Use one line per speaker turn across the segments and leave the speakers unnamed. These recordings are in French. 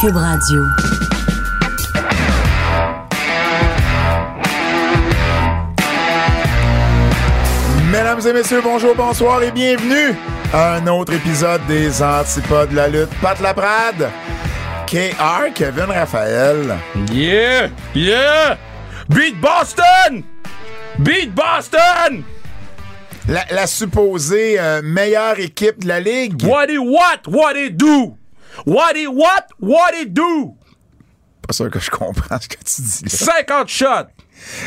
Cube Radio.
Mesdames et messieurs, bonjour, bonsoir et bienvenue à un autre épisode des Antipodes de la lutte. Pat Laprade, KR, Kevin Raphaël.
Yeah! Yeah! Beat Boston! Beat Boston!
La, la supposée euh, meilleure équipe de la Ligue.
What it what? What it do? What it what? What it do?
Pas sûr que je comprends ce que tu dis.
50 shots!
là.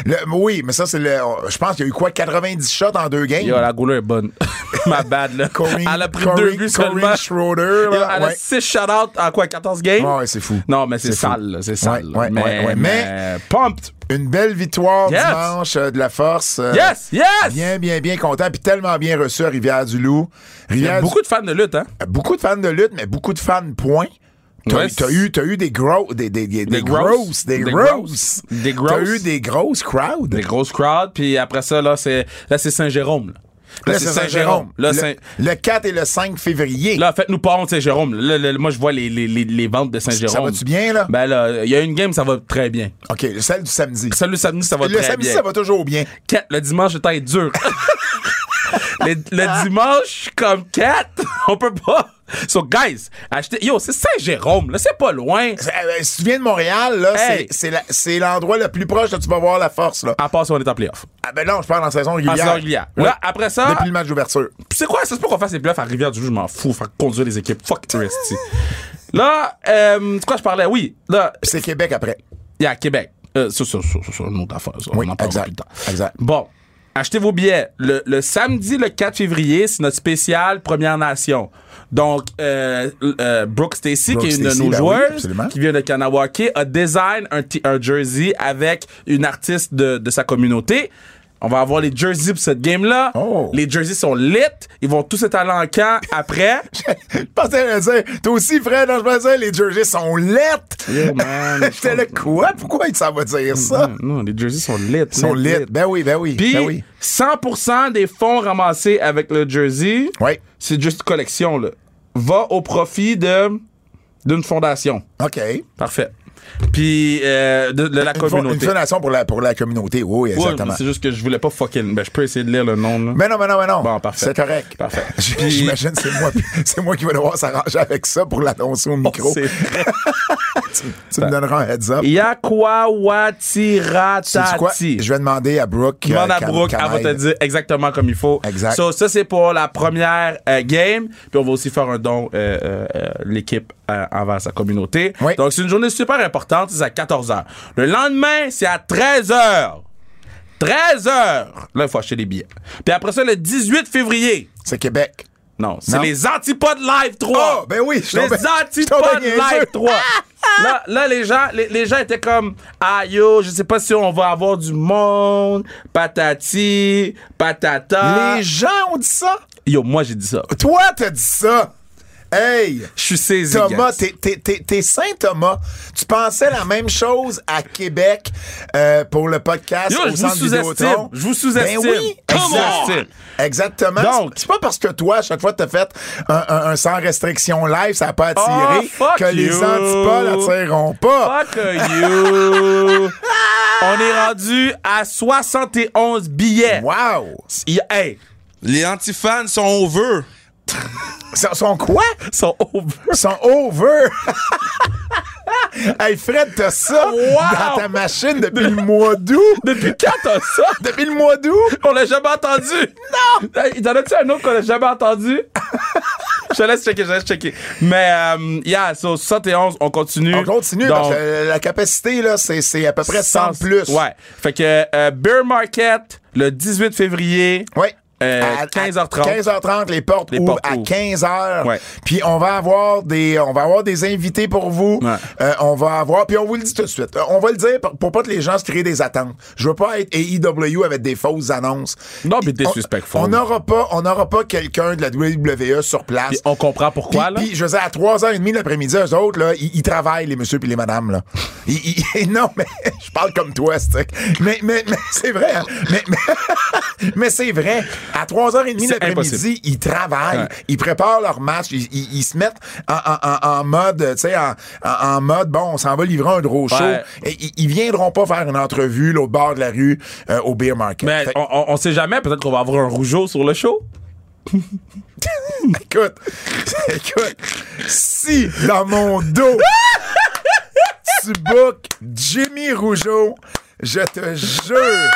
Le- oui, mais ça, c'est le. on- Je pense qu'il y a eu quoi, 90 shots en deux games?
Yo, la gouleur est bonne. Ma bad, là.
Corey-
elle a pris
Corey-
deux buts
Corey
seulement.
Schroeder,
Yo,
là,
elle a
ouais.
6 shout-outs en quoi, 14 games?
Ouais, ouais, c'est fou.
Non, mais c'est
C'est fou.
sale, là, c'est sale.
Ouais,
là.
ouais,
mais,
ouais, ouais, mais-
mais... Pumped!
Une belle victoire
Yes.
dimanche euh, de la force. euh,
Yes! Yes!
Bien, bien, bien content, puis tellement bien reçu à Rivière-du-Loup.
Il y a
Rivière
beaucoup de fans de lutte, hein?
beaucoup de fans de lutte, mais beaucoup de fans point. T'as
Ouais,
eu- t'as eu, t'as eu des gros, des, des, des, des
grosses.
grosses, des
Des
grosses.
grosses. Des
T'as
grosses.
eu des grosses crowds.
Des grosses crowds, puis après ça, là, c'est là, c'est Saint-Jérôme. là. Là, c'est Saint-Jérôme. Là,
Le,
Saint-
le 4 et le 5 février.
Là, faites-nous pas honte, Saint-Jérôme. Là, là, là, moi, je vois les, les, les, les ventes de Saint-Jérôme.
Ça va-tu bien, là?
Ben là, il y a une game, ça va très bien.
OK, celle du samedi.
Salut, le samedi, ça va
Le
très
samedi,
bien.
ça va toujours bien.
Quatre, le dimanche, le temps est dur. le, le dimanche, je suis comme 4, on peut pas. So, guys, achetez. Yo, c'est Saint-Jérôme, là, c'est pas loin.
C'est- euh, Si tu viens de Montréal, là,
Hey!
c'est- c'est la- c'est l'endroit le plus proche que tu vas voir la force, là.
À part si on est en playoff.
Ah ben non, je parle en saison
En
régulière.
saison régulière. ah,
Ouais.
Là, après ça,
Depuis le match d'ouverture.
c'est quoi? Ça se peut qu'on fasse les playoffs à Rivière-du-Loup, je m'en fous. Faut conduire les équipes. Fuck Christy. là, euh, de quoi je parlais? Oui, là,
Puis c'est Québec après.
Il y a Québec. Euh, ça, ça, ça, ça, c'est une autre affaire. ça.
Oui,
On en parlera
exact,
plus tard.
exact.
Bon, achetez vos billets. Le, le samedi, le 4 février, c'est notre spécial Première Nation. Donc, euh, euh, Brooke Stacy,
Brooke
qui est une de
Stacy,
nos
ben oui,
joueuses,
absolument.
qui vient de Kanawake, a design un, t- un jersey avec une artiste de, de sa communauté. On va avoir les jerseys pour cette game-là.
Oh.
Les jerseys sont lit. Ils vont tous être en camp après.
Je pensais à dire, toi aussi, Fred, non, je pensais, les jerseys sont lettres.
Yeah, Mm-hmm. man.
J'étais là, quoi? Pourquoi il s'en va dire ça?
Non, ah, non, les jerseys sont lit.
Ils sont lit. Ben oui, ben oui.
Puis
ben oui.
100% des fonds ramassés avec le jersey,
Ouais.
c'est juste collection là, va au profit de d'une fondation.
OK.
Parfait. Puis euh, de, de la
Une, fo- une
communauté.
fondation pour la, pour la communauté. Oui,
Ouais,
exactement.
mais c'est juste que je voulais pas fucking. Ben, je peux essayer de lire le nom. Là.
mais non, mais non, mais non.
Bon, parfait.
C'est correct.
Parfait.
J-
Puis-
J'imagine que c'est moi, c'est moi qui vais devoir s'arranger avec ça pour l'annoncer au micro.
Oh, C'est
tu me donneras un heads up. Sais-tu quoi?
Yakawatiratati.
Je vais demander à Brooke. euh,
Demande à
qu'elle-
Brooke,
qu'elle
elle va te
m'aide.
dire exactement comme il faut.
Exact.
So, ça, c'est pour la première euh, game. Puis on va aussi faire un don, euh, euh, euh, l'équipe, euh, envers sa communauté.
Oui.
Donc, c'est une journée super importante. C'est à 14h. Le lendemain, c'est à 13h. 13h! Là, il faut acheter des billets. Puis après ça, le 18 février.
C'est Québec.
Non, c'est
Non.
les Antipodes Live 3.
Oh, ben oui, je suis
Les
tombé- je suis tombé
Antipodes
niaiseux.
Live 3. Là, là les, gens, les, les gens étaient comme Ah yo, je sais pas si on va avoir du monde, patati, patata.
Les gens ont dit ça?
Yo, moi j'ai dit ça.
Toi, t'as dit ça? Hey!
Je suis saisi.
Thomas,
guys.
t'es- t'es t'es- t'es Saint Thomas. Tu pensais la même chose à Québec euh, pour le podcast
Yo,
au
je vous
centre
sous-estime.
Vidéotron.
Je vous sous-estime.
Ben oui,
Come
exact. Exactement.
Donc-
c'est pas parce que toi, à chaque fois, t'as fait un, un- un sans restriction live, ça n'a pas attiré
Oh, fuck
que les
you.
antipodes attireront pas.
Fuck you. on est rendu à 71 billets.
Wow!
Il y a- Hey,
Les antifans sont over.
Ils sont quoi?
ils sont over.
Ils sont over! hey Fred, t'as ça
Wow.
dans ta machine depuis le mois d'août!
Depuis quand t'as ça?
Depuis le mois d'août!
On l'a jamais entendu. Non. Il en a-tu un autre qu'on a jamais entendu? je te laisse checker, je te laisse checker. Mais, euh, yeah, so 71, on continue.
On continue
Donc,
parce que euh, la capacité, là, c'est, c'est à peu près 100 de plus.
Ouais. Fait que euh, Beer Market, le 18 février.
Ouais.
Euh,
À- à
15h30.
15h30, les portes
Les
ouvrent
portes
à
ouvrent.
15h.
Ouais.
Puis on va avoir des on va avoir des invités pour vous.
Ouais.
Euh, on va avoir puis on vous le dit tout de suite. Euh, on va le dire pour, pour pas que les gens se créent des attentes. Je veux pas être AEW avec des fausses annonces.
Non, mais
On-
disrespectful.
On n'aura pas on n'aura pas quelqu'un de la WWE sur place.
Puis on comprend pourquoi,
Puis-
là.
puis, je veux dire, à 3h30 l'après-midi, eux autres, là, ils, ils travaillent, les messieurs puis les madames, là. Ils- ils- non, mais je parle comme toi, c'est Mais, mais, mais c'est vrai, hein. Mais, mais, mais c'est vrai. À 3h30
C'est
l'après-midi,
impossible.
ils travaillent,
Ouais.
ils préparent leur match, ils, ils- ils se mettent en, en- en- en mode, tu sais, en, en- en mode, bon, on s'en va livrer un gros show.
Ouais.
Et ils, ils viendront pas faire une entrevue là, au bord de la rue euh, au Beer Market.
Mais
Fait-
on, on, on sait jamais, peut-être qu'on va avoir un rougeau sur le show.
Écoute, écoute, si dans mon dos tu book Jimmy Rougeau, je te jure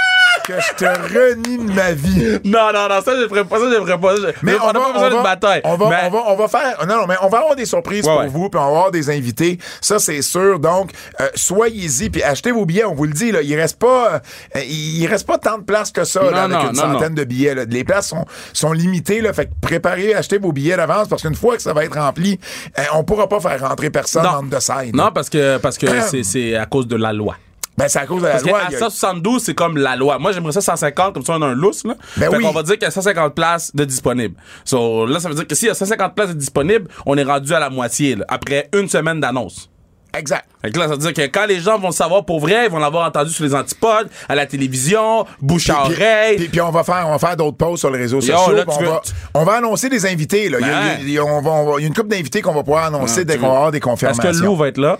que je te renie de ma vie.
Non, non, non, ça, je ferais pas, ça, je ferais pas. ça, je- on n'a pas besoin d'une bataille.
On va,
Mais-
on va, on va faire. Non, non, mais on va avoir des surprises
Ouais,
pour
ouais.
vous, puis on va avoir des invités. Ça, c'est sûr. Donc, euh, soyez-y, puis achetez vos billets. On vous le dit, là, il reste pas, euh, il reste pas tant de places que ça, là,
Non,
avec
non,
une
non,
centaine de billets. là. Les places sont, sont limitées, là. Fait que préparez, achetez vos billets d'avance, parce qu'une fois que ça va être rempli, euh, on pourra pas faire rentrer personne
Non.
en de scène.
Non, parce que parce que c'est- c'est à cause de la loi.
Ben, c'est à cause de la
Parce
loi.
qu'à
il y a-
172, c'est comme la loi. Moi, j'aimerais ça 150, comme ça, on a un lousse, là.
Ben
fait
oui.
qu'on va dire qu'il y a 150 places de disponibles. So, là, ça veut dire que s'il y a 150 places de disponibles, on est rendu à la moitié, là, après une semaine d'annonce.
Exact.
Fait que là, ça veut dire que quand les gens vont le savoir pour vrai, ils vont l'avoir entendu sur les antipodes, à la télévision, bouche à
Puis-
oreille.
Puis, puis on va faire, on va faire d'autres posts sur les réseaux sociaux.
là,
puis
tu
on,
veux-
va, on va annoncer des invités. Là. Il, y a,
Ben. Ah,
il y a- on va- on va- il y a une couple d'invités qu'on va pouvoir annoncer dès
tu
qu'on va
veux-
avoir des
Est-ce que
confirmations.
Lou va être là?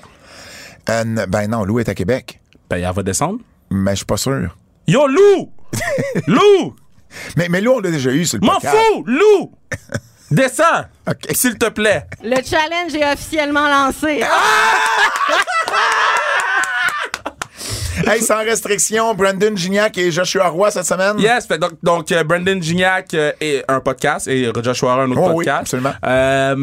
Euh, n- ben non, Lou est à Québec.
Ben, elle va descendre.
Mais je suis pas sûr.
Yo, Lou! Lou!
Mais, mais Lou, on l'a déjà eu sur le
M'en
podcast.
fous! Lou! Descends!
Ok.
S'il te plaît.
Le challenge est officiellement lancé.
Hey, sans restriction, Brandon Gignac et Joshua Roy cette semaine.
Mm. Yes, fait donc, donc euh, Brandon Gignac euh, est un podcast et Joshua Roy un autre
Oh oui,
podcast.
absolument.
Euh,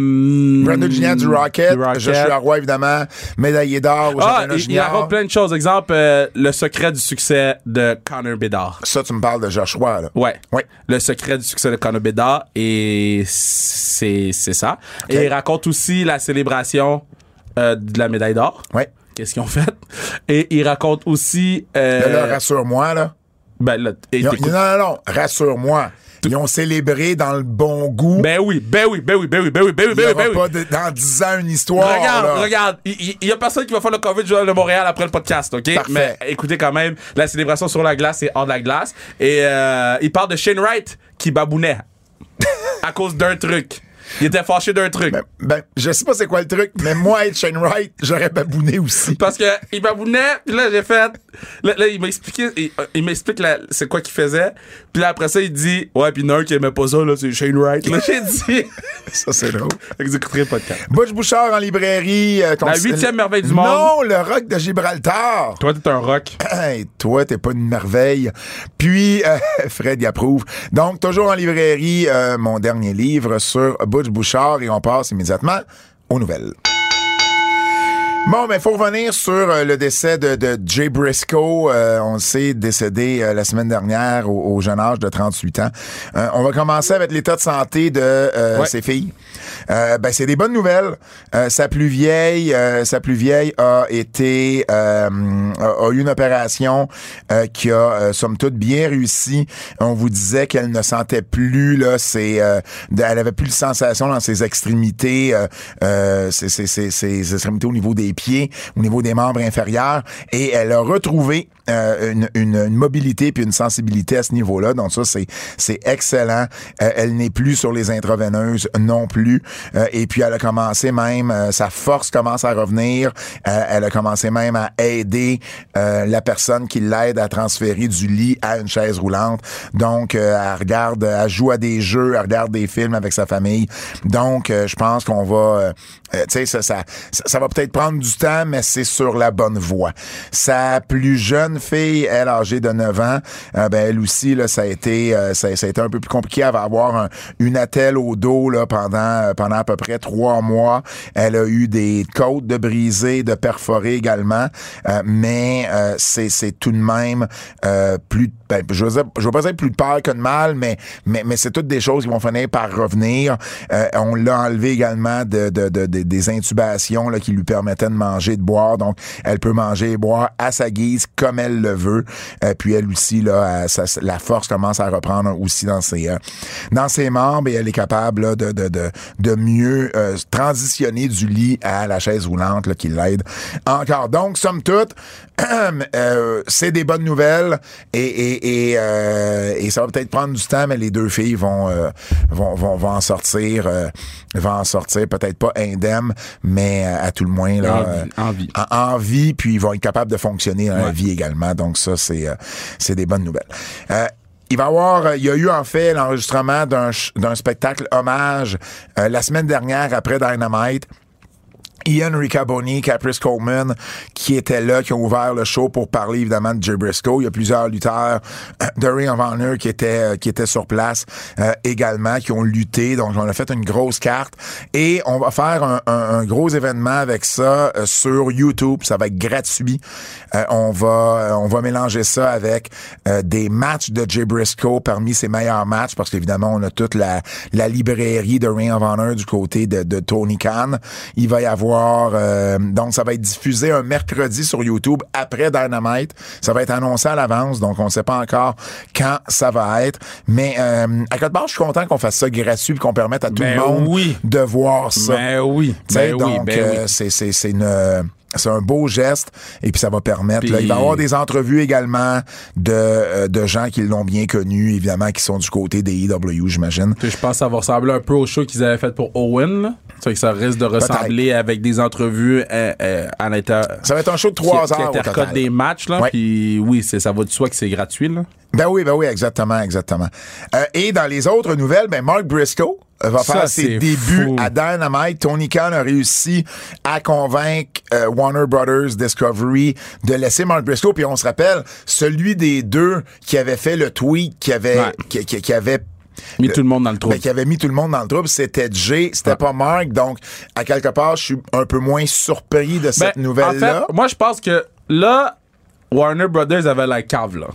Brandon Gignac du Rocket,
du Rocket.
Joshua Roy, évidemment, médaillé d'or au
Ah,
championnat
il il
junior.
raconte plein de choses. Exemple, euh, le secret du succès de Connor Bédard.
Ça, tu me parles de Joshua, là.
Ouais.
Ouais.
Le secret du succès de Connor Bédard et c'est c'est ça. Et il raconte aussi la célébration euh, de la médaille d'or.
Ouais.
Qu'est-ce qu'ils ont fait? Et il raconte aussi.
Là, là,
Euh,
rassure-moi, là.
ben, là, et
Ils ont-
t'écoutes-
non, non, non, rassure-moi. Ils ont célébré dans le bon goût.
ben oui, ben oui, ben oui, ben oui, ben oui, ben
Il
oui,
y
ben oui,
aura
ben oui.
pas de- dans 10 ans une histoire.
Regarde,
Oh, là.
regarde, il il- il y a personne qui va faire le COVID Journal de Montréal après le podcast, OK?
Parfait.
Mais écoutez quand même la célébration sur la glace et hors de la glace. Et euh, il parle de Shane Wright qui babounait à cause d'un truc. Il était fâché d'un truc.
Ben, je sais pas c'est quoi le truc, mais moi, être Shane Wright, j'aurais babouné aussi.
Parce que il babounait, puis là j'ai fait, là, là, il m'a expliqué, il, il m'explique la- c'est quoi qu'il faisait, puis là après ça il dit, ouais puis il y en a un qui aimait pas ça là, c'est Shane Wright. Là j'ai dit,
Ça, c'est drôle.
exécuterai le podcast.
Butch Bouchard en librairie. euh,
La
cons-
huitième merveille du
Non,
monde.
le rock de Gibraltar.
Toi t'es un rock.
Hey, toi, t'es pas une merveille. Puis, euh, Fred y approuve. Donc, toujours en librairie, euh, mon dernier livre sur Butch Bouchard et on passe immédiatement aux nouvelles. Bon, mais faut revenir sur euh, le décès de, de Jay Briscoe. Euh, on le sait, décédé euh, la semaine dernière au, au jeune âge de 38 ans. Euh, on va commencer avec l'état de santé de euh,
Ouais.
ses filles. Euh, ben, c'est des bonnes nouvelles. Euh, sa plus vieille, euh, sa plus vieille a été euh, a, a eu une opération euh, qui a euh, somme toute bien réussi. On vous disait qu'elle ne sentait plus là, c'est elle avait plus de sensation dans ses extrémités, euh, euh, ses, ses- ses- ses extrémités au niveau des pieds, au niveau des membres inférieurs, et elle a retrouvé euh, une, une- une mobilité puis une sensibilité à ce niveau-là. Donc ça, c'est c'est excellent. Euh, elle n'est plus sur les intraveineuses non plus. Euh, et puis elle a commencé même, euh, sa force commence à revenir. Euh, elle a commencé même à aider euh, la personne qui l'aide à transférer du lit à une chaise roulante. Donc euh, elle regarde, elle joue à des jeux, elle regarde des films avec sa famille. Donc euh, je pense qu'on va, euh, euh, tu sais, ça, ça, ça- ça va peut-être prendre du temps, mais c'est sur la bonne voie. Sa plus jeune fille, elle âgée de 9 ans, euh, ben, elle aussi là, ça a été, euh, ça, ça a été un peu plus compliqué. Elle va avoir un- une attelle au dos là pendant euh, pendant à peu près trois mois. Elle a eu des côtes de brisées, de perforées également, Euh, mais euh, c'est c'est tout de même euh, plus, ben, je veux dire- je veux pas dire plus de peur que de mal, mais mais mais c'est toutes des choses qui vont finir par revenir. Euh, on l'a enlevé également de, de- de- de- des intubations là, qui lui permettaient de de manger, de boire. Donc, elle peut manger et boire à sa guise comme elle le veut. Euh, puis elle aussi, là, elle- ça- la force commence à reprendre aussi dans ses, euh, dans ses membres et elle est capable là, de, de, de, de mieux euh, transitionner du lit à la chaise roulante là, qui l'aide encore. Donc, somme toute, euh, c'est des bonnes nouvelles et, et, et, euh, et ça va peut-être prendre du temps, mais les deux filles vont, euh, vont, vont, vont en sortir, euh, vont en sortir peut-être pas indemnes, mais euh, à tout le moins là,
En vie, en vie.
en- en vie, puis ils vont être capables de fonctionner dans la vie également. Donc ça, c'est euh, c'est des bonnes nouvelles. Euh, il va y avoir, euh, il y a eu en fait l'enregistrement d'un ch- d'un spectacle hommage euh, la semaine dernière après Dynamite. Ian Riccaboni, Caprice Coleman, qui étaient là, qui ont ouvert le show pour parler évidemment de Jay Briscoe. Il y a plusieurs lutteurs euh, de Ring of Honor qui étaient, euh, qui étaient sur place euh, également, qui ont lutté. Donc, on a fait une grosse carte. Et on va faire un, un- un gros événement avec ça euh, sur YouTube. Ça va être gratuit. Euh, on, va, euh, on va mélanger ça avec euh, des matchs de Jay Briscoe parmi ses meilleurs matchs, parce qu'évidemment, on a toute la, la librairie de Ring of Honor du côté de, de Tony Khan. Il va y avoir, euh, donc ça va être diffusé un mercredi sur YouTube après Dynamite. Ça va être annoncé à l'avance, donc on ne sait pas encore quand ça va être. Mais euh, à quelque part, je suis content qu'on fasse ça gratuit, puis qu'on permette à tout
Ben
le monde
oui.
de voir ça.
Ben oui.
Tu sais,
Ben oui.
donc,
Ben
euh,
oui.
c'est- c'est c'est une- euh, c'est un beau geste et puis ça va permettre. là,
Puis-
il va y avoir des entrevues également de, euh, de gens qui l'ont bien connu, évidemment, qui sont du côté des IW, j'imagine.
Tu sais, Je pense que ça va ressembler un peu au show qu'ils avaient fait pour Owen. Là. Tu sais, que ça risque de ressembler avec des entrevues euh, euh, à l'intérieur.
Ça va être un show de trois
qui,
heures au
Qui intercote
total.
des matchs. Là,
Ouais.
Puis oui, c'est- ça va de soi que c'est gratuit. Là.
Ben oui, ben oui, exactement, exactement. Euh, et dans les autres nouvelles, ben Mark Briscoe va
Ça,
faire
c'est
ses débuts
fou.
à Dynamite. Tony Khan a réussi à convaincre euh, Warner Brothers Discovery de laisser Mark Briscoe. Puis on se rappelle, celui des deux qui avait fait le tweet, qui avait,
Ouais.
qui, qui- qui avait
Mis tout le monde dans le trou.
ben, qui avait mis tout le monde dans le trouble, c'était Jay, c'était pas Mark. Donc, à quelque part, je suis un peu moins surpris de cette
Ben,
nouvelle-là.
en fait, moi, je pense que là, Warner Brothers avait la cave, là.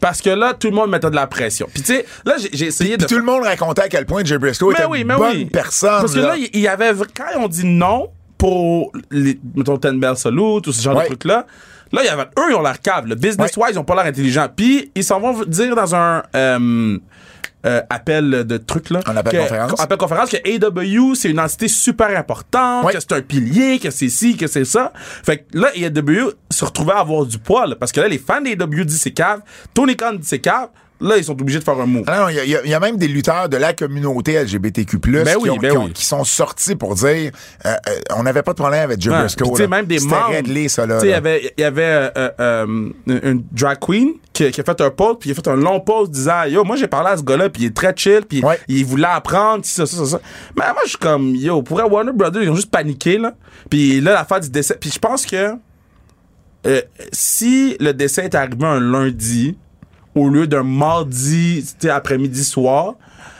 Parce que là, tout le monde mettait de la pression. Puis, tu sais, là, j'ai j'ai essayé de.
Puis tout le monde racontait à quel point Jay Briscoe
mais
était
Ben oui,
une
mais
bonne
oui.
personne.
Parce que là, il il y avait. Quand on dit non pour, les, mettons, Ten Bell Salute ou ce genre
Ouais.
de trucs-là, là, il y avait, eux, ils ont l'air cave. Le business-wise, ils ont pas l'air intelligents. Puis, ils s'en vont dire dans un. euh, euh, appel de truc là.
Un appel
que-
conférence.
Appel conférence que AW c'est une entité super importante,
Ouais.
que c'est un pilier, que c'est ci, que c'est ça. Fait que là, AW se retrouvait à avoir du poids là, parce que là, les fans d'AW disent c'est cave, Tony Khan dit c'est cave, là, ils sont obligés de faire un move.
Ah non, il y, a- il y a- il y a même des lutteurs de la communauté LGBTQ+,
Ben
qui,
oui,
ont-
ben
qui, ont-
oui.
qui sont sortis pour dire euh, euh, on n'avait pas de problème avec Jim
Ouais. Puis,
Briscoe.
tu sais,
là.
même des
C'était
membres.
réglé, ça, là.
Tu sais, il y
là.
avait, il y avait euh, euh, euh, une- une drag queen qui, qui a fait un post, puis il a fait un long post disant Yo, moi j'ai parlé à ce gars-là, puis il est très chill, puis
Ouais.
il voulait apprendre, puis ça, ça, ça, ça. Mais moi je suis comme Yo, pour vrai, Warner Brothers, ils ont juste paniqué, là. Puis là, l'affaire du décès. Puis je pense que euh, si le décès est arrivé un lundi, au lieu d'un mardi tu sais, après-midi soir,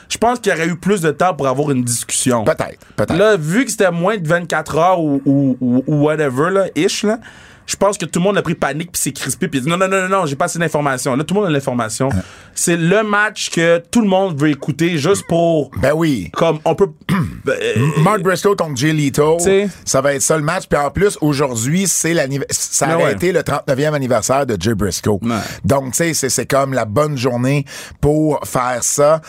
je pense qu'il y aurait eu plus de temps pour avoir une discussion.
Peut-être, peut-être.
Là, vu que c'était moins de 24 heures ou, ou, ou- ou whatever, là, ish, là, je pense que tout le monde a pris panique puis s'est crispé puis a dit non, non, non, non, non, j'ai pas assez d'informations. Là, tout le monde a l'information. C'est le match que tout le monde veut écouter juste pour.
Ben oui.
Comme on peut. Euh,
Mark Briscoe contre Jay Leto,
T'sais.
ça va être ça le match. Puis en plus, aujourd'hui, c'est l'anniv- ça
Ben
a
ouais.
été le 39e anniversaire de Jay Briscoe.
Ouais.
Donc, tu sais, c'est- c'est comme la bonne journée pour faire ça.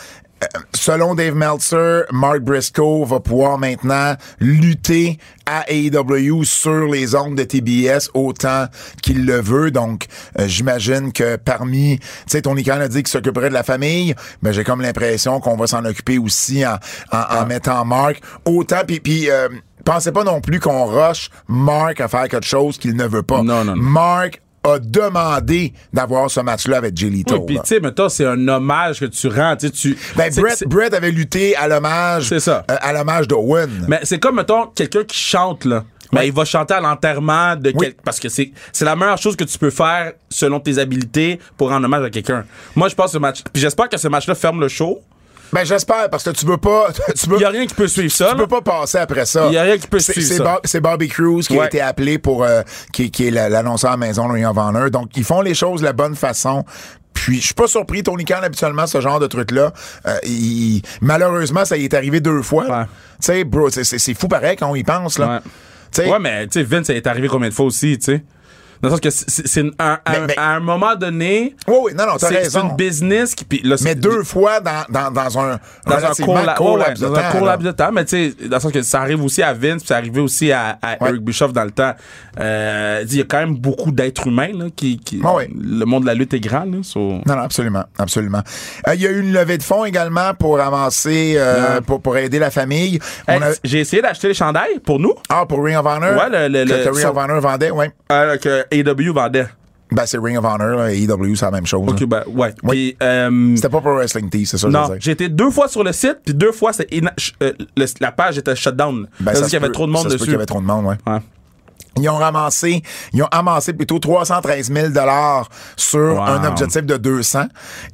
Euh, Selon Dave Meltzer, Mark Briscoe va pouvoir maintenant lutter à AEW sur les ondes de TBS autant qu'il le veut. Donc, euh, j'imagine que parmi, tu sais, Tony Khan a dit qu'il s'occuperait de la famille, mais j'ai comme l'impression qu'on va s'en occuper aussi en, en- en
Ah.
mettant Mark autant. Puis, puis euh, pensez pas non plus qu'on rush Mark à faire quelque chose qu'il ne veut pas.
Non, non, non.
Mark a demandé d'avoir ce match-là avec Jelito.
oui, puis tu sais, mais toi, c'est un hommage que tu rends. tu sais, tu-
Mmh. Ben,
c'est-
Brett,
c'est-
Brett avait lutté à l'hommage
C'est ça.
euh, à l'hommage d'Owen.
Mais c'est comme, mettons, quelqu'un qui chante, là. Ben, il va chanter à l'enterrement de
Oui.
quelqu'un. Parce que c'est, c'est la meilleure chose que tu peux faire selon tes habilités pour rendre hommage à quelqu'un. Moi, je pense que ce match. Puis j'espère que ce match-là ferme le show.
Ben j'espère parce que tu veux pas tu veux
Il y a rien qui peut suivre ça.
tu
là.
peux pas passer après ça.
Il y a rien qui peut
C'est-
suivre
c'est
ça.
Bob- c'est Bobby Cruz qui a
Ouais.
été appelé pour euh, qui, qui est la- l'annonceur à la maison de Ring of Honor. Donc ils font les choses de la bonne façon. Puis je suis pas surpris Tony Khan habituellement ce genre de truc là, malheureusement ça y est arrivé deux fois.
Ouais.
Tu sais bro, c'est- c'est c'est fou pareil quand on y pense là.
Ouais.
Tu sais,
Ouais, mais tu sais, Vince, est arrivé combien de fois aussi, tu sais? Dans le sens que c'est- c'est c'est une- un-
Mais-
un-
mais-
à un moment donné,
Oui, oui, non, non, t'as
c'est c'est
raison.
une business qui. puis là, c'est-
mais deux fois dans, dans, dans un,
dans un
relativement
court, la-
court
ouais,
laps de
dans un
temps,
court
là.
laps de temps, mais tu sais, dans le sens que ça arrive aussi à Vince, puis ça arrivait aussi à, à
Ouais.
Eric Bischoff dans le temps. Euh, dis, Il y a quand même beaucoup d'êtres humains, là, qui. qui-
Ah ouais.
Le monde de la lutte est grand, là. so-
Non, non, absolument, absolument. Euh, Il y a eu une levée de fonds également pour avancer, euh,
Ouais.
pour, pour aider la famille. On
Hey,
a-
J'ai essayé d'acheter les chandails pour nous,
Ah, pour Ring of Honor?
Ouais, le- le-
que
le-
que Ring
son-
of Honor vendait, oui.
euh, que AW vendait.
Ben, c'est Ring of Honor, là, et EW, c'est la même chose.
Ok,
là.
ben, ouais.
Oui.
Puis, euh,
C'était pas pour Wrestling T, c'est ça que je
Non,
veux dire.
j'ai été deux fois sur le site, puis deux fois, c'est ina- ch- euh, le- la page était shutdown.
Ben,
C'est-à-dire
ça se
qu'il y avait
peut-
trop de monde
ça se peut
dessus.
qu'il y avait trop de monde, ouais.
Ouais.
Ils ont ramassé, ils ont amassé plutôt 313 000 dollars sur un objectif de 200.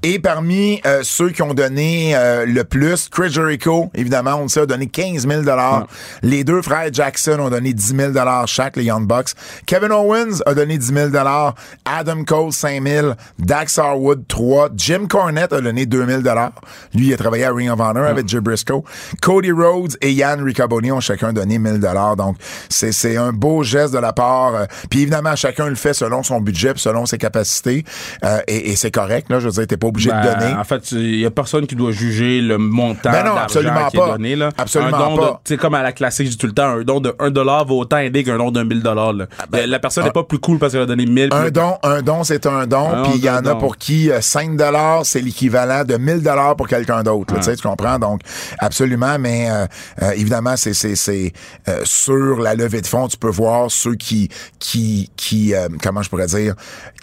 Et parmi euh, ceux qui ont donné euh, le plus, Chris Jericho, évidemment, on le sait, a donné 15 000 dollars. Les deux frères Jackson ont donné 10 000 dollars chaque, les Young Bucks. Kevin Owens a donné 10 000 dollars. Adam Cole, 5 000. Dax Harwood, 3. Jim Cornette a donné 2 000 dollars. Lui, il a travaillé à Ring of Honor avec Jay Briscoe. Cody Rhodes et Yann Ricaboni ont chacun donné 1000 dollars. Donc, c'est, c'est un beau geste de la part. euh, Puis évidemment, chacun le fait selon son budget, puis selon ses capacités. Euh, et, et c'est correct, là. Je veux dire, t'es pas obligé de
Ben,
donner.
En fait, il n'y a personne qui doit juger le montant
Ben non,
d'argent
absolument
qui
pas.
est donné. Là.
Absolument
un don
pas.
de- tu sais, comme à la classique, je dis tout le temps, un don de 1 vaut autant aider qu'un don d'un 1000 là. Euh, La- la personne n'est pas plus cool parce qu'elle a donné 1000
Ah, ben, Un
puis- Ah,
don, un don, c'est un don.
Un
Puis il y
don,
en a
don.
pour qui euh, 5 dollars, c'est l'équivalent de 1000 dollars pour quelqu'un d'autre. là, Tu sais, tu comprends? Donc, absolument. Mais euh, euh, évidemment, c'est c'est c'est euh, sur la levée de fonds, tu peux voir ceux qui qui qui euh, comment je pourrais dire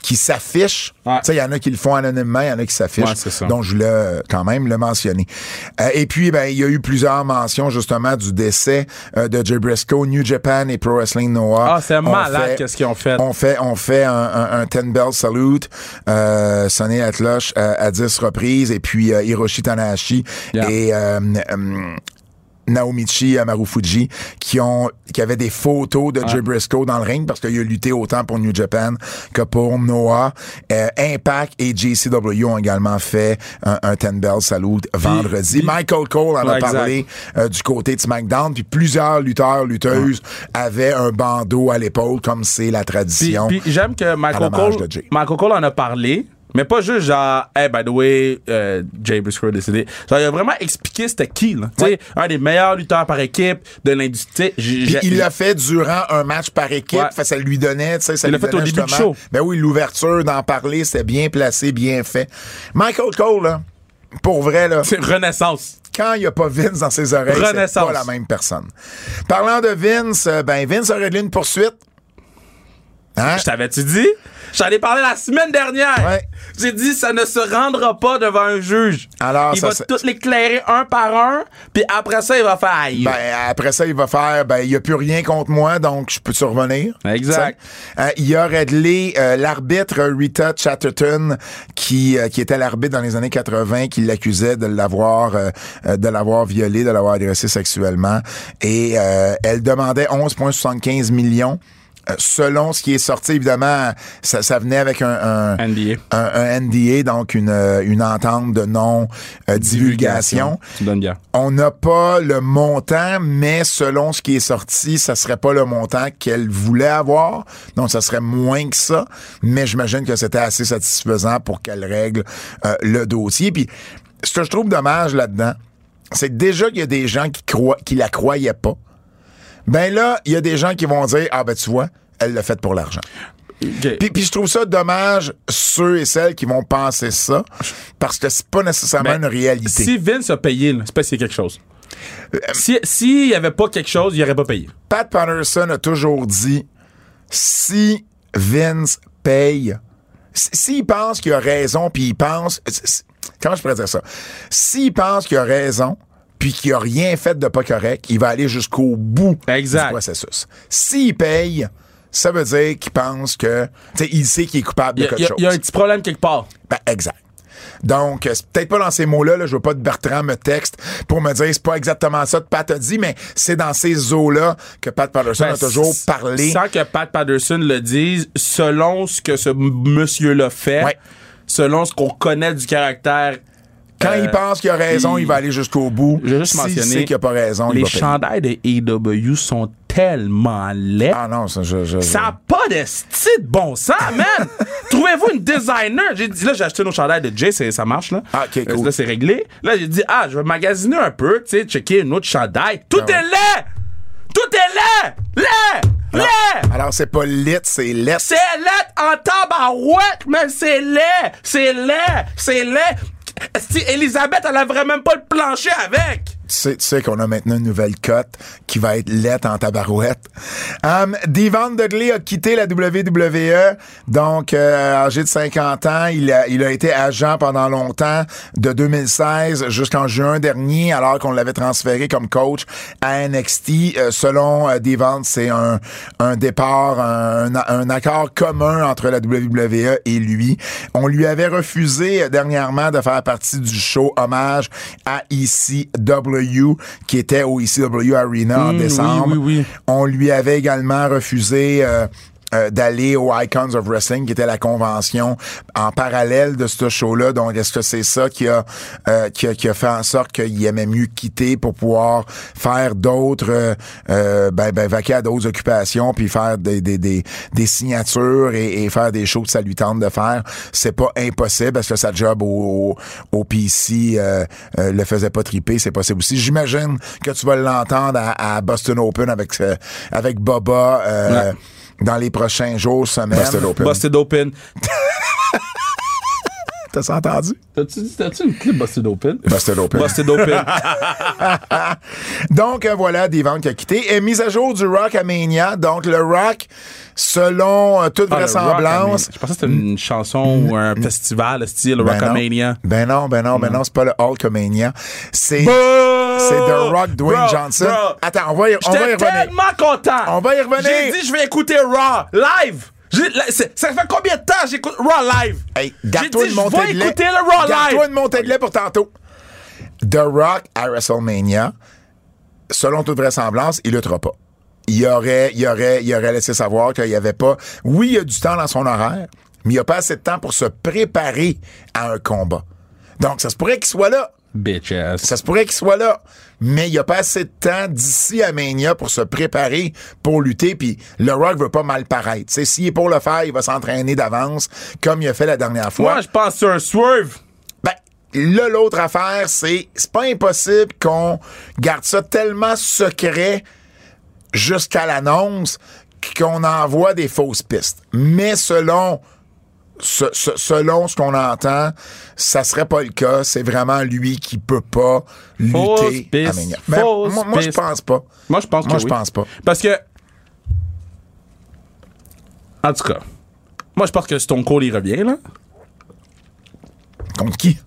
qui s'affichent.
Ouais.
Tu sais, il y en a qui le font anonymement, il y en a qui s'affichent.
Ouais, c'est ça.
Donc, je voulais euh, quand même le mentionner. Euh, et puis, ben, il y a eu plusieurs mentions justement du décès euh, de Jay Briscoe, New Japan et Pro Wrestling Noah.
Ah, c'est
ont
malade
fait-
qu'est-ce qu'ils ont fait.
on fait, on fait un, un, un ten bell salute, euh, sonner la cloche euh, à 10 reprises, et puis euh, Hiroshi Tanahashi
Yeah.
et euh, euh, Naomichi Marufuji qui ont qui avaient des photos de Jay Briscoe dans le ring parce qu'il a lutté autant pour New Japan que pour Noah. Euh, Impact et JCW ont également fait un, un ten bell salute vendredi.
puis-
Michael Cole en a
Ouais, exact.
parlé euh, du côté de SmackDown, puis plusieurs lutteurs, lutteuses avaient un bandeau à l'épaule comme c'est la
Puis,
tradition.
puis j'aime que Michael
l'hommage
Cole,
de Jay.
Michael Cole en a parlé, mais pas juste genre, hey, by the way, euh, Jay Briscoe est décédé. Genre, il a vraiment expliqué c'était qui, là. Tu sais, un des meilleurs lutteurs par équipe de l'industrie. Tu sais, j'ai-
Puis
j'ai-
il l'a fait durant un match par équipe.
Ouais.
Fait que ça lui donnait, tu sais, ça
Il
lui
l'a fait au
donnait
début du
justement-
show.
Ben oui, l'ouverture, d'en parler, c'était bien placé, bien fait. Michael Cole, là, pour vrai, là,
C'est Renaissance.
quand il n'y a pas Vince dans ses oreilles, c'est
Renaissance.
pas la même personne. Parlant de Vince, euh, ben Vince a réglé une poursuite. Hein?
Je t'avais-tu dit? Je t'en ai parlé la semaine dernière.
Ouais.
J'ai dit, ça ne se rendra pas devant un juge.
Alors,
il
ça,
va
c'est-
tout l'éclairer un par un, puis après ça, il va faire aïe.
Ben, après ça, il va faire, ben, il n'y a plus rien contre moi, donc je peux survenir.
Exact.
Ça, euh, il a réglé euh, l'arbitre Rita Chatterton, qui, euh, qui était l'arbitre dans les années 80, qui l'accusait de l'avoir, euh, euh, de l'avoir violé, de l'avoir agressé sexuellement. Et euh, elle demandait 11,75 millions. Euh, Selon ce qui est sorti, évidemment, ça, ça venait avec un, un,
NBA.
un- un NDA, donc une, euh, une entente de euh, non-divulgation.
Tu me donnes bien.
On n'a pas le montant, mais selon ce qui est sorti, ça serait pas le montant qu'elle voulait avoir. Donc, ça serait moins que ça. Mais j'imagine que c'était assez satisfaisant pour qu'elle règle euh, le dossier. Puis, ce que je trouve dommage là-dedans, c'est que déjà qu'il y a des gens qui croient, qui la croyaient pas. Ben là, il y a des gens qui vont dire, ah ben tu vois, elle l'a fait pour l'argent.
Ok.
Puis, puis je trouve ça dommage, ceux et celles qui vont penser ça, parce que c'est pas nécessairement
Ben,
une réalité.
Si Vince a payé, là, c'est parce qu'il y a quelque chose.
Euh,
Si- S'il n'y avait pas quelque chose, il n'aurait pas payé.
Pat Patterson a toujours dit si Vince paye, s- s'il pense qu'il a raison, puis il pense. s- s- Comment je pourrais dire ça? S'il pense qu'il a raison, puis qu'il a rien fait de pas correct, il va aller jusqu'au bout
Exact.
du processus. S'il paye, ça veut dire qu'il pense que. Tu sais, il sait qu'il est coupable de
Il y, a-
quelque
il y a-
chose.
il y a un petit problème quelque part.
Ben, exact. Donc, euh, c'est peut-être pas dans ces mots-là, là, je veux pas que Bertrand me texte pour me dire c'est pas exactement ça que Pat a dit, mais c'est dans ces eaux-là que Pat Patterson
Ben,
a toujours
s-
parlé.
Sans que Pat Patterson le dise, selon ce que ce m- monsieur-là fait,
Ouais.
selon ce qu'on connaît du caractère.
Quand
euh,
il pense qu'il a raison, il,
il-
va aller jusqu'au bout.
Je vais juste
S'il
mentionner.
sait qu'il a pas raison,
les
il va payer.
chandails de AEW sont tellement laid.
Ah non, ça, je. je- je-
Ça n'a pas de style de bon sens, man! Trouvez-vous une designer! J'ai dit, là, j'ai acheté nos chandails de Jay, c'est- ça marche, là.
Ah, ok,
Euh,
cool.
Là, c'est réglé. Là, j'ai dit, ah, je vais magasiner un peu, tu sais, checker une autre chandail.
Ah
Tout est laid! Tout est laid! Laid! Laid!
Alors, c'est pas lit, c'est lest.
C'est laid en tabarouette, man! C'est laid! C'est laid! C'est laid! Si Elisabeth, elle avait même pas le plancher avec!
Tu sais, tu sais qu'on a maintenant une nouvelle cote qui va être lette en tabarouette. Um, Divan Dudley a quitté la WWE, donc euh, âgé de 50 ans. Il a, il a été agent pendant longtemps, de 2016 jusqu'en juin dernier, alors qu'on l'avait transféré comme coach à NXT. Euh, selon euh, Divan, c'est un, un départ, un, un accord commun entre la WWE et lui. On lui avait refusé euh, dernièrement de faire partie du show hommage à ECW qui était au ECW Arena en
Mm, oui,
décembre.
oui, oui.
On lui avait également refusé euh, euh, d'aller au Icons of Wrestling, qui était la convention en parallèle de ce show-là. Donc, est-ce que c'est ça qui a, euh, qui a, qui a fait en sorte qu'il aimait mieux quitter pour pouvoir faire d'autres, euh, euh, ben, ben, vaquer à d'autres occupations, puis faire des, des, des, des signatures et, et faire des choses que ça lui tente de faire? C'est pas impossible, parce que sa job au, au, au PC euh, euh, le faisait pas triper, c'est possible aussi. J'imagine que tu vas l'entendre à, à Boston Open avec, euh, avec Boba. euh,
Ouais.
dans les prochains jours, semaines.
Busted Open.
Busted open.
T'as entendu?
T'as-tu t'as-tu une clip busted open?
Busted Open.
Busted open.
Donc euh, voilà, des ventes qui a quitté. Et mise à jour du Rock à Mania. Donc le Rock, selon euh, toute
Ah, le
vraisemblance.
Rock'n'Mania. Je pensais que c'était une chanson ou un festival style
Mm. Ben non.
Rockamania. Hmm.
Ben non, ben non, ben non, c'est pas le Hulkamania. C'est c'est
C'est
The Rock Dwayne Johnson. Attends, on va y, on va y
J'étais
revenir.
tellement content.
On va y revenir.
J'ai dit, je vais écouter Raw live. J'ai- là, c'est- Ça fait combien de temps que j'écoute Raw live?
Hey,
J'ai
garde-toi
dit,
une
je
montée
vais
de lait.
écouter le Raw
Garde-toi
live.
une montée de lait pour tantôt. The Rock à WrestleMania, selon toute vraisemblance, il luttera pas. Il aurait, il aurait, il aurait laissé savoir qu'il y avait pas. Oui, il y a du temps dans son horaire, mais il n'y a pas assez de temps pour se préparer à un combat. Donc, ça se pourrait qu'il soit là.
Bitch ass.
Ça se pourrait qu'il soit là, mais il n'y a pas assez de temps d'ici à Mania pour se préparer pour lutter. Puis le Rock veut pas mal paraître. Tu sais, S'il est pour le faire, il va s'entraîner d'avance, comme il a fait la dernière fois.
Moi, je pense que c'est un swerve.
Ben, là, l'autre affaire, c'est c'est pas impossible qu'on garde ça tellement secret jusqu'à l'annonce qu'on envoie des fausses pistes. Mais selon ce- ce- selon ce qu'on entend, ça serait pas le cas. C'est vraiment lui qui peut pas
Fausse
lutter. à
piste,
Mania. Ben,
fausse
moi, moi, je
piste.
pense pas.
Moi, je pense que
Moi, je
oui.
pense pas.
Parce que. En tout cas, moi, je pense que Stone Cold, il revient, là.
Contre qui?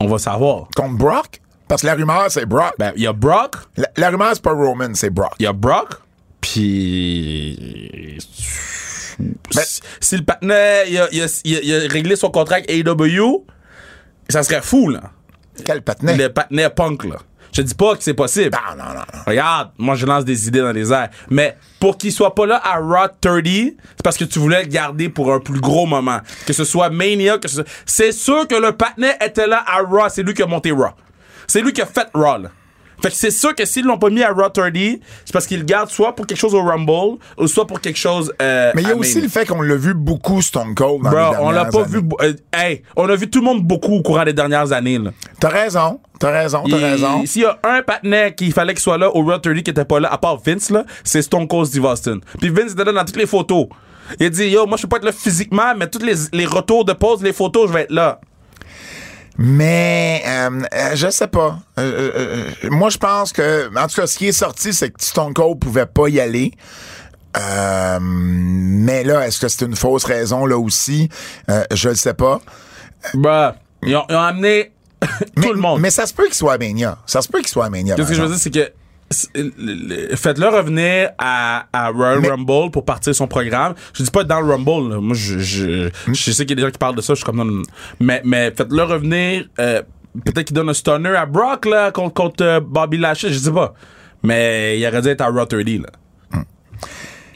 On va savoir.
Contre Brock? Parce que la rumeur, c'est Brock.
Ben, il y a Brock.
La, la rumeur, c'est pas Roman, c'est Brock.
Il y a Brock. Puis. Si- si le partenaire il a, il a- il a- il a réglé son contrat avec AEW, ça serait fou, là.
Quel patinet.
Le partenaire punk, là. Je dis pas que c'est possible.
Non, non, non, non.
Regarde, moi je lance des idées dans les airs. Mais pour qu'il soit pas là à Raw 30, c'est parce que tu voulais le garder pour un plus gros moment. Que ce soit Mania, que ce soit... C'est sûr que le partenaire était là à Raw, c'est lui qui a monté Raw. C'est lui qui a fait Raw, là. Fait que c'est sûr que s'ils l'ont pas mis à Raw 30, c'est parce qu'ils le gardent soit pour quelque chose au Rumble, ou soit pour quelque chose euh,
Mais il y
à
a aussi
Mania.
le fait qu'on l'a vu beaucoup, Stone Cold. Dans les
Bro, on
dernières
l'a pas
années.
vu... bo- euh, hey, on a vu tout le monde beaucoup au courant des dernières années, là.
T'as raison, t'as raison, t'as
Il-
raison.
S'il y a un partenaire qu'il fallait qu'il soit là au Raw 30 qui était pas là, à part Vince, là, c'est Stone Cold Steve Austin. Puis Vince était là dans toutes les photos. Il a dit, yo, moi je peux pas être là physiquement, mais tous les, les retours de pause, les photos, je vais être là.
Mais euh, euh, je sais pas. Euh, euh, euh, moi, je pense que, en tout cas, ce qui est sorti, c'est que Stone Cold pouvait pas y aller. Euh, mais là, est-ce que c'est une fausse raison là aussi Euh, Je le sais pas.
Bruh. Ils ont, ils ont amené
Mais,
tout le monde.
Mais ça se peut qu'il soit à Mania. Ça se peut qu'il soit à Mania.
Qu'est-ce que
par
je veux
exemple.
dire, c'est que c'est- le- le- faites-le revenir à, à Royal
Mais-
Rumble pour partir son programme. Je dis pas dans le Rumble. là. Moi, je, je, je sais qu'il y a des gens qui parlent de ça. Je suis comme non, non, non. Mais, mais faites-le revenir. euh, Peut-être qu'il donne un stunner à Brock là, contre, contre euh, Bobby Lashley. Je sais pas. Mais il aurait dû être à Raw 30. Là.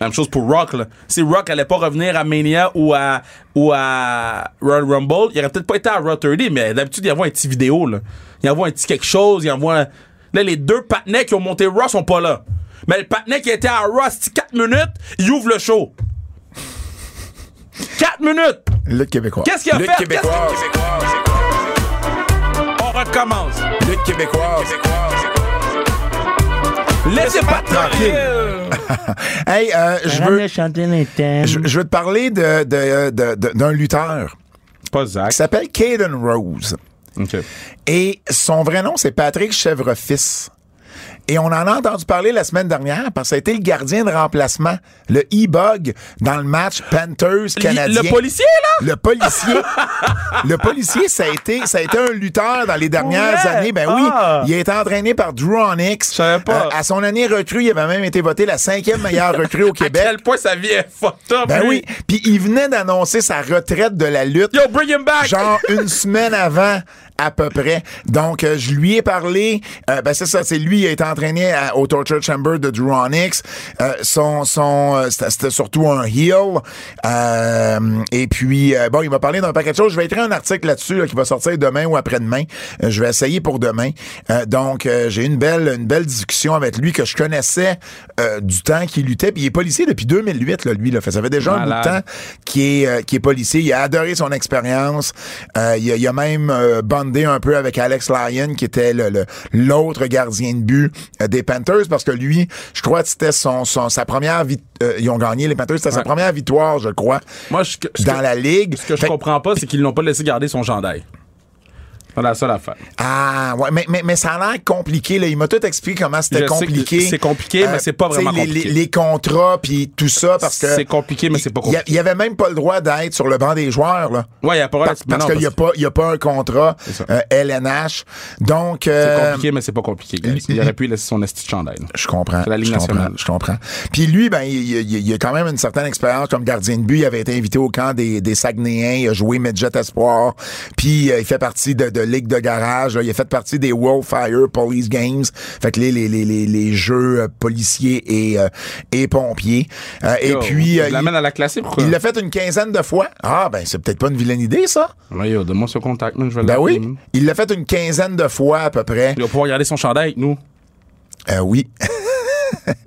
Même chose pour Rock. Là. Si Rock allait pas revenir à Mania ou à, ou à Royal Rumble, il aurait peut-être pas été à Raw 30, mais d'habitude, il envoie un petit vidéo. Là. Il envoie un petit quelque chose. Il envoie... Là, les deux partenaires qui ont monté Raw sont pas là. Mais le patinet qui était à Rust 4 minutes, il ouvre le show. 4 minutes!
Lutte québécois.
Qu'est-ce qu'il a
Lutte
fait?
Québécoise.
On recommence.
Lutte québécoise.
Laissez pas tranquille.
Hey, euh, je veux,
chanter les thèmes.
je, je veux te parler de, de- de- de- d'un lutteur
Pas
qui
Zach.
s'appelle Caden Rose. Et son vrai nom, c'est Patrick Chèvrefils. Et on en a entendu parler la semaine dernière parce que ça a été le gardien de remplacement, le e-bug, dans le match Panthers-Canadien.
Le policier, là?
Le policier, le policier, ça a été, ça a été un lutteur dans les dernières
Ouais.
années. Ben oui,
Ah.
il a été entraîné par Drew Onyx. Euh,
savais pas.
à son année recrue, il avait même été voté la cinquième meilleure recrue au
À quel
Québec.
point sa vie est fucked up,
Ben
lui.
oui. Puis il venait d'annoncer sa retraite de la lutte.
Yo, bring him back!
Genre une semaine avant, à peu près. Donc, euh, je lui ai parlé. Euh, ben, c'est ça, c'est lui, il a été entraîné à- au Torture Chamber de Drew Onyx. Euh, son, son, euh, c'était c'était surtout un heel. Euh, et puis, euh, bon, il m'a parlé d'un paquet de choses. Je vais écrire un article là-dessus là, qui va sortir demain ou après-demain. Euh, je vais essayer pour demain. Euh, donc, euh, j'ai eu une belle, une belle discussion avec lui que je connaissais euh, du temps qu'il luttait. Puis, il est policier depuis 2008, là, lui. Là. Fait, que ça fait déjà un bout de
Malade.
temps qui est, euh, qui est policier. Il a adoré son expérience. Euh, il, a, il a même euh, bondé un peu avec Alex Lyon, qui était le- le- l'autre gardien de but euh, des Panthers, parce que lui, je crois que c'était son, son- sa première victoire. ils ont gagné les Panthers, c'était sa
Ouais.
première victoire, je crois,
Moi, je- ce
dans
que-
la ligue.
Ce que je
Fait-
comprends pas, c'est qu'ils l'ont pas laissé garder son gendarme. C'est la seule affaire.
Ah, ouais, mais, mais, mais ça a l'air compliqué. Là. Il m'a tout expliqué comment
Je
c'était
sais que
compliqué. Euh,
c'est compliqué, mais c'est pas
tu sais,
vraiment
les-
compliqué.
Les, les contrats, puis tout ça, parce que...
C'est compliqué, mais c'est pas
il y a-
compliqué.
Il y avait même pas le droit d'être sur le banc des joueurs, là.
Ouais, il y a pas
Parce, parce qu'il n'y a, pas- il y a pas un contrat
ça.
euh, LNH. Donc,
C'est
euh,
compliqué, mais c'est pas compliqué. guys. Il aurait pu y laisser son esti de chandail. là.
je comprends.
C'est la Ligue
je comprends,
nationale.
Je comprends. Puis lui, ben, il, il- il- il a quand même une certaine expérience comme gardien de but. Il avait été invité au camp des, des Saguenayens. Il a joué Midget Espoir. Puis euh, il fait partie de, de Ligue de Garage. là. Il a fait partie des World Fire Police Games. Fait que les, les, les, les, les jeux euh, policiers et, euh, et pompiers. Euh, et
Yo,
puis,
je
euh,
l'amène
il
à la classique, pourquoi?
il l'a fait une quinzaine de fois. Ah, ben, c'est peut-être pas une vilaine idée, ça.
Ouais, yo, donne-moi ce contact, man, je vais
Ben
l'appeler,
oui.
man.
Il l'a fait une quinzaine de fois, à peu près.
Il va pouvoir garder son chandail avec nous.
Euh, oui.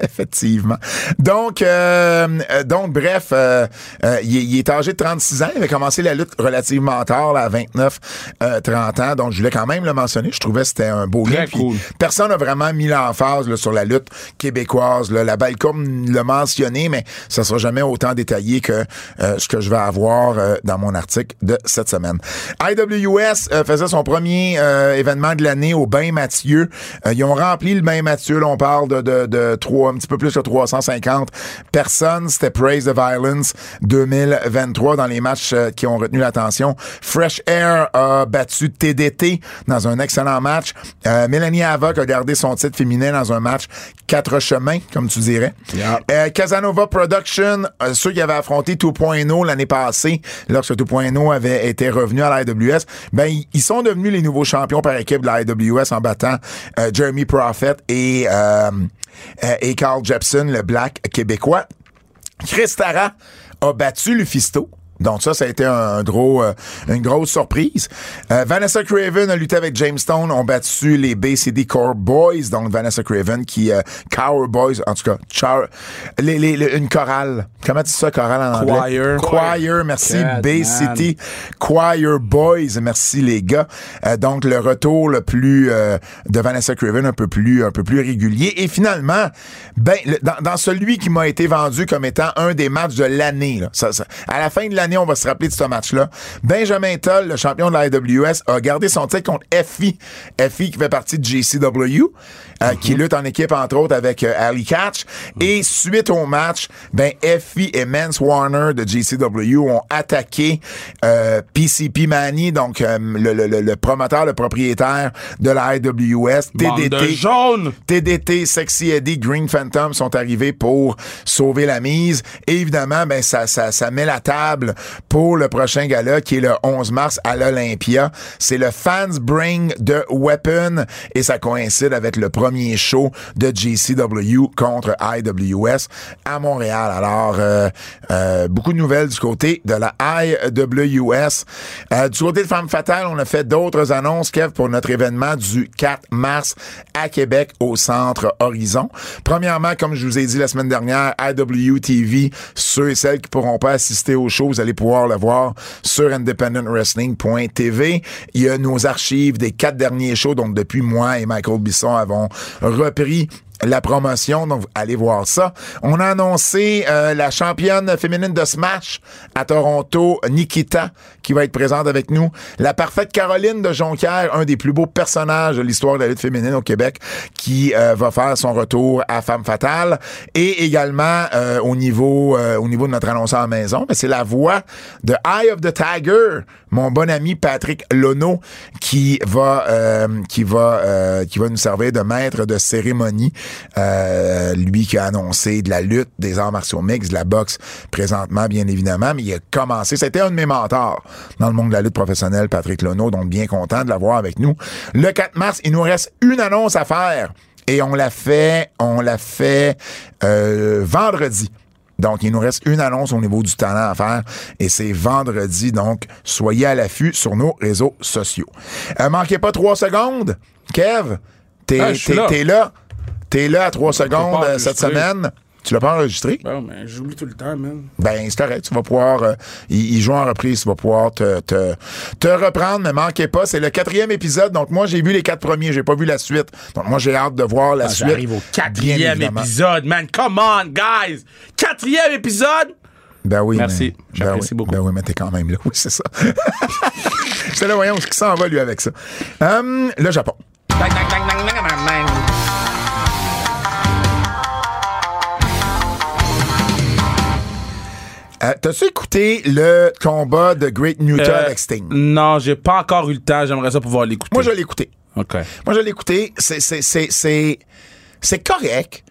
Effectivement. Donc, euh, euh, donc bref, euh, euh, il, est- il est âgé de 36 ans. Il avait commencé la lutte relativement tard, là, à 29, euh, 30 ans. Donc, je voulais quand même le mentionner. Je trouvais que c'était un beau
Très
lien. Puis
cool.
Personne n'a vraiment mis l'emphase là, sur la lutte québécoise. Là. La Balcom l'a mentionné, mais ça sera jamais autant détaillé que euh, ce que je vais avoir euh, dans mon article de cette semaine. IWS euh, faisait son premier euh, événement de l'année au Bain Mathieu. Euh, ils ont rempli le Bain Mathieu. Là, on parle de, de, de trois, un petit peu plus que 350 personnes. C'était Praise the Violence 2023 dans les matchs euh, qui ont retenu l'attention. Fresh Air a battu TDT dans un excellent match. Euh, Mélanie Havoc a gardé son titre féminin dans un match quatre chemins, comme tu dirais.
Yeah.
Euh, Casanova Production, euh, ceux qui avaient affronté 2.0 l'année passée, lorsque 2.0 avait été revenu à l'IWS, ben, ils- ils sont devenus les nouveaux champions par équipe de l'IWS en battant euh, Jeremy Prophet et, euh, euh, et Carl Jepson, le black québécois. Chris Tara a battu Lufisto. Donc ça, ça a été un, gros, euh, une grosse surprise. Euh, Vanessa Craven a lutté avec Jamestown, ont battu les BCD Cowboys. Donc Vanessa Craven qui euh, Cowboys, en tout cas, char- les- les- les- une chorale. Comment tu dis ça, chorale en anglais?
Choir.
Choir, merci.
Good
BCT Choir Boys, merci les gars. Euh, donc le retour le plus euh, de Vanessa Craven, un peu plus, un peu plus régulier. Et finalement, ben le- dans, dans celui qui m'a été vendu comme étant un des matchs de l'année. là, ça- ça- à la fin de l'année, on va se rappeler de ce match-là. Benjamin Toll, le champion de la AWS, a gardé son titre contre FI. FI qui fait partie de JCW, euh,
Mhm.
qui lutte en équipe entre autres avec euh, Ali Catch. Et suite au match, ben FI et Mance Warner de JCW ont attaqué euh, PCP Manny, donc euh, le, le- le- le promoteur, le propriétaire de la AWS,
Bande de
TDT.
jaune!
TDT, Sexy Eddie, Green Phantom sont arrivés pour sauver la mise. Et évidemment, ben, ça, ça, ça met la table pour le prochain gala qui est le 11 mars à l'Olympia. C'est le Fans Bring the Weapon et ça coïncide avec le premier show de GCW contre IWS à Montréal. Alors, euh, euh, beaucoup de nouvelles du côté de la IWS. Euh, du côté de Femmes Fatales, on a fait d'autres annonces, Kev, pour notre événement du 4 mars à Québec au centre Horizon. Premièrement, comme je vous ai dit la semaine dernière, IWTV, ceux et celles qui pourront pas assister au show, vous allez pouvoir le voir sur independentwrestling.tv. Il y a nos archives des quatre derniers shows, donc depuis moi et Michael Bisson avons repris la promotion, donc allez voir ça. On a annoncé euh, la championne féminine de Smash à Toronto, Nikita, qui va être présente avec nous. La parfaite Caroline de Jonquière, un des plus beaux personnages de l'histoire de la lutte féminine au Québec, qui euh, va faire son retour à Femme Fatale. Et également, euh, au, niveau, euh, au niveau de notre annonceur à la maison, mais c'est la voix de Eye of the Tiger, mon bon ami Patrick Lono, qui va, euh, qui va, euh, qui va nous servir de maître de cérémonie. Euh, lui qui a annoncé de la lutte, des arts martiaux mix, de la boxe présentement, bien évidemment, mais il a commencé. C'était un de mes mentors dans le monde de la lutte professionnelle, Patrick Lono, donc bien content de l'avoir avec nous. Le 4 mars, il nous reste une annonce à faire et on la fait, on la fait euh, vendredi. Donc, il nous reste une annonce au niveau du talent à faire et c'est vendredi. Donc, soyez à l'affût sur nos réseaux sociaux. Euh, manquez pas trois secondes. Kev, t'es
Ah, je suis
t'es-
là.
t'es là. T'es là à trois secondes euh,
enregistré.
cette semaine. Tu l'as pas enregistré?
Bon, ben, j'oublie tout le temps, man.
Ben, c'est correct. Tu vas pouvoir, euh, il, il joue en reprise, tu vas pouvoir te, te, te reprendre. Ne manquez pas. C'est le quatrième épisode. Donc, moi, j'ai vu les quatre premiers. J'ai pas vu la suite. Donc, moi, j'ai hâte de voir la suite.
Ah, J'arrive au
bien
quatrième
évidemment.
épisode, man. Come on, guys! Quatrième épisode!
Ben oui.
Merci.
mais-
J'apprécie
ben oui,
beaucoup.
Ben oui, mais t'es quand même là. Oui, c'est ça. c'est là, voyons, ce qui s'en va, lui, avec ça. Hum, le Japon. Euh, T'as-tu écouté le combat de Great Newton
Euh,
avec Sting?
Non, j'ai pas encore eu le temps. J'aimerais ça pouvoir l'écouter.
Moi, je l'ai écouté.
OK.
Moi, je l'ai écouté. C'est- C'est c'est- c'est- c'est correct.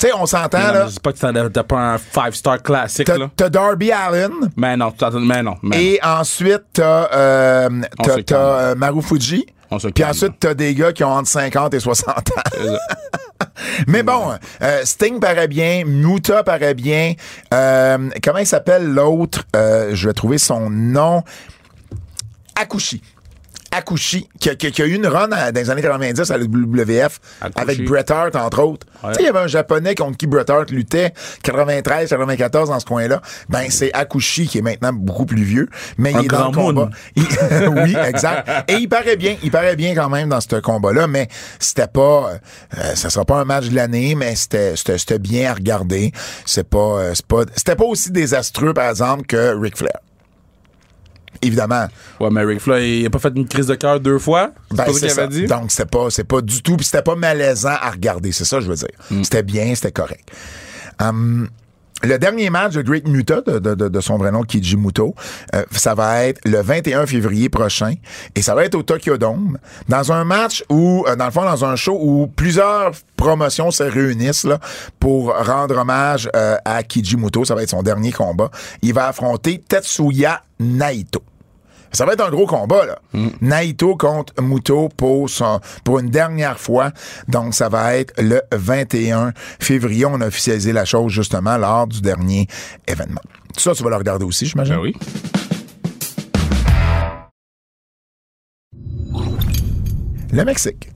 Tu sais, on s'entend, là.
Je sais pas que t'as t'as pas un five-star classique,
T'as
là.
t'as Darby Allen.
Mais non, t'as- mais non. Mais
Et ensuite, t'as euh,
On
t'as-
se calme.
t'as, euh, Maru Fuji.
On se
Puis
calme.
ensuite, t'as des gars qui ont entre 50 et 60 ans.
non.
Mais bon, euh, Sting paraît bien, Muta paraît bien. Euh, comment il s'appelle l'autre? Euh, je vais trouver son nom. Akushi. Akushi, qui a, qui a- qui a eu une run à- dans les années 90 à la WWF
Akushi.
avec Bret Hart, entre autres.
Ouais.
Tu sais, il y avait un Japonais contre qui Bret Hart luttait, 93, 94, dans ce coin-là. Ben, c'est Akushi qui est maintenant beaucoup plus vieux, mais
Un
il est dans le
grand moon.
combat. Il- oui, exact. Et il paraît bien, il paraît bien quand même dans ce combat-là, mais c'était pas, euh, ça sera pas un match de l'année, mais c'était, c'était, c'était bien à regarder. C'est pas, euh, c'est pas, c'était pas aussi désastreux, par exemple, que Ric Flair. Évidemment.
Ouais, mais Ric Flair, il a pas fait une crise de cœur deux fois. C'est
Ben,
pas ça
c'est
qu'il
ça.
avait dit?
Donc, c'était pas, c'est pas du tout, puis c'était pas malaisant à regarder, c'est ça que je veux dire.
Hmm.
C'était bien, c'était correct. Hum, le dernier match de Great Muta, de, de- de- de son vrai nom, Kiji Muto, euh, ça va être le 21 février prochain, et ça va être au Tokyo Dome, dans un match où, euh, dans le fond, dans un show où plusieurs promotions se réunissent là, pour rendre hommage euh, à Kiji Muto. Ça va être son dernier combat. Il va affronter Tetsuya Naito. Ça va être un gros combat, là.
Mm.
Naito contre Muto pour, son- pour une dernière fois. Donc, ça va être le 21 février. On a officialisé la chose, justement, lors du dernier événement. Ça, tu vas le regarder aussi, j'imagine.
Ben oui.
Le Mexique.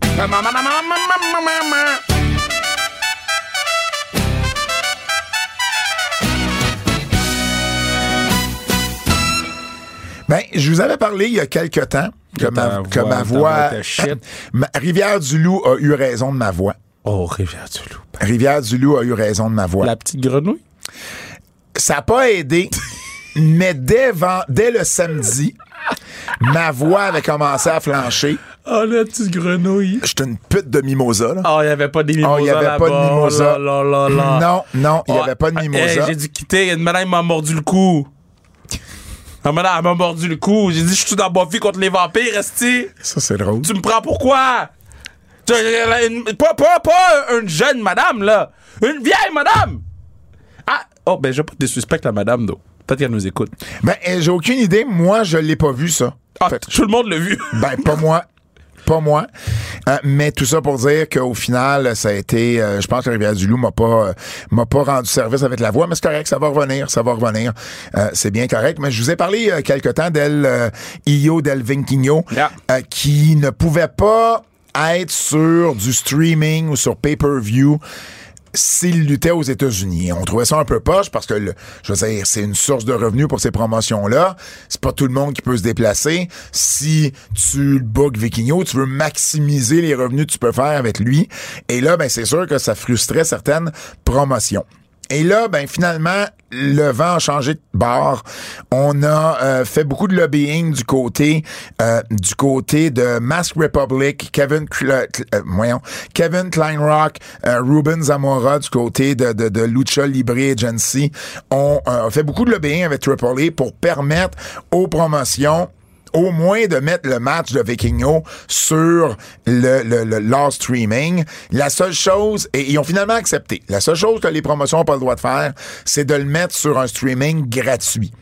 Ben, je vous avais parlé il y a quelque temps que,
Que
ma,
ta
que
voix-
ma
ta
voix.
voix était shit.
Ma- Rivière-du-Loup a eu raison de ma voix.
Oh, Rivière-du-Loup.
Rivière-du-Loup a eu raison de ma voix.
La petite grenouille?
Ça n'a pas aidé, mais dès, ven- dès le samedi, ma voix avait commencé à flancher.
Oh, la petite grenouille.
J'étais une pute de mimosa, là.
Oh, il n'y avait pas des mimosas.
Oh, il n'y avait pas de
là-bas.
mimosa.
Oh là là là.
Non, non, il n'y
Oh,
avait pas de
hey,
mimosa.
J'ai dû quitter. Une madame m'a mordu le cou. La madame elle m'a mordu le cou. J'ai dit, je suis dans Buffy contre les vampires, Resti.
Ça, c'est drôle.
Tu me prends pourquoi? Tu- euh, une- Pas, pas, pas une jeune madame, là. Une vieille madame. Ah, oh, ben, j'ai pas de suspect, la madame, d'eau. Peut-être qu'elle nous écoute.
Ben, euh, j'ai aucune idée. Moi, je l'ai pas vu, ça.
Ah,
Fait-
tout le monde l'a vu.
Ben, pas moi. Pas moi. Euh, mais tout ça pour dire qu'au final, ça a été. euh, je pense que Rivière-du-Loup m'a pas, euh, m'a pas rendu service avec la voix, mais c'est correct, ça va revenir, ça va revenir. Euh, c'est bien correct. Mais je vous ai parlé euh, quelque temps d'El euh, Io Del Vinquinho,
Yeah.
euh, qui ne pouvait pas être sur du streaming ou sur pay-per-view s'il luttait aux États-Unis. On trouvait ça un peu poche parce que, le- je veux dire, c'est une source de revenus pour ces promotions-là. C'est pas tout le monde qui peut se déplacer. Si tu le book Vikingo, tu veux maximiser les revenus que tu peux faire avec lui. Et là, ben, c'est sûr que ça frustrait certaines promotions. Et là, ben finalement, le vent a changé de bord. On a euh, fait beaucoup de lobbying du côté euh, du côté de Mask Republic, Kevin Kle- Kle- euh, voyons, Kevin Kleinrock, euh, Ruben Zamora du côté de, de, de Lucha Libre Agency. On euh, a fait beaucoup de lobbying avec Triple A pour permettre aux promotions au moins de mettre le match de Vikingo sur le, le, le- leur streaming. La seule chose, et ils ont finalement accepté, la seule chose que les promotions n'ont pas le droit de faire, c'est de le mettre sur un streaming gratuit.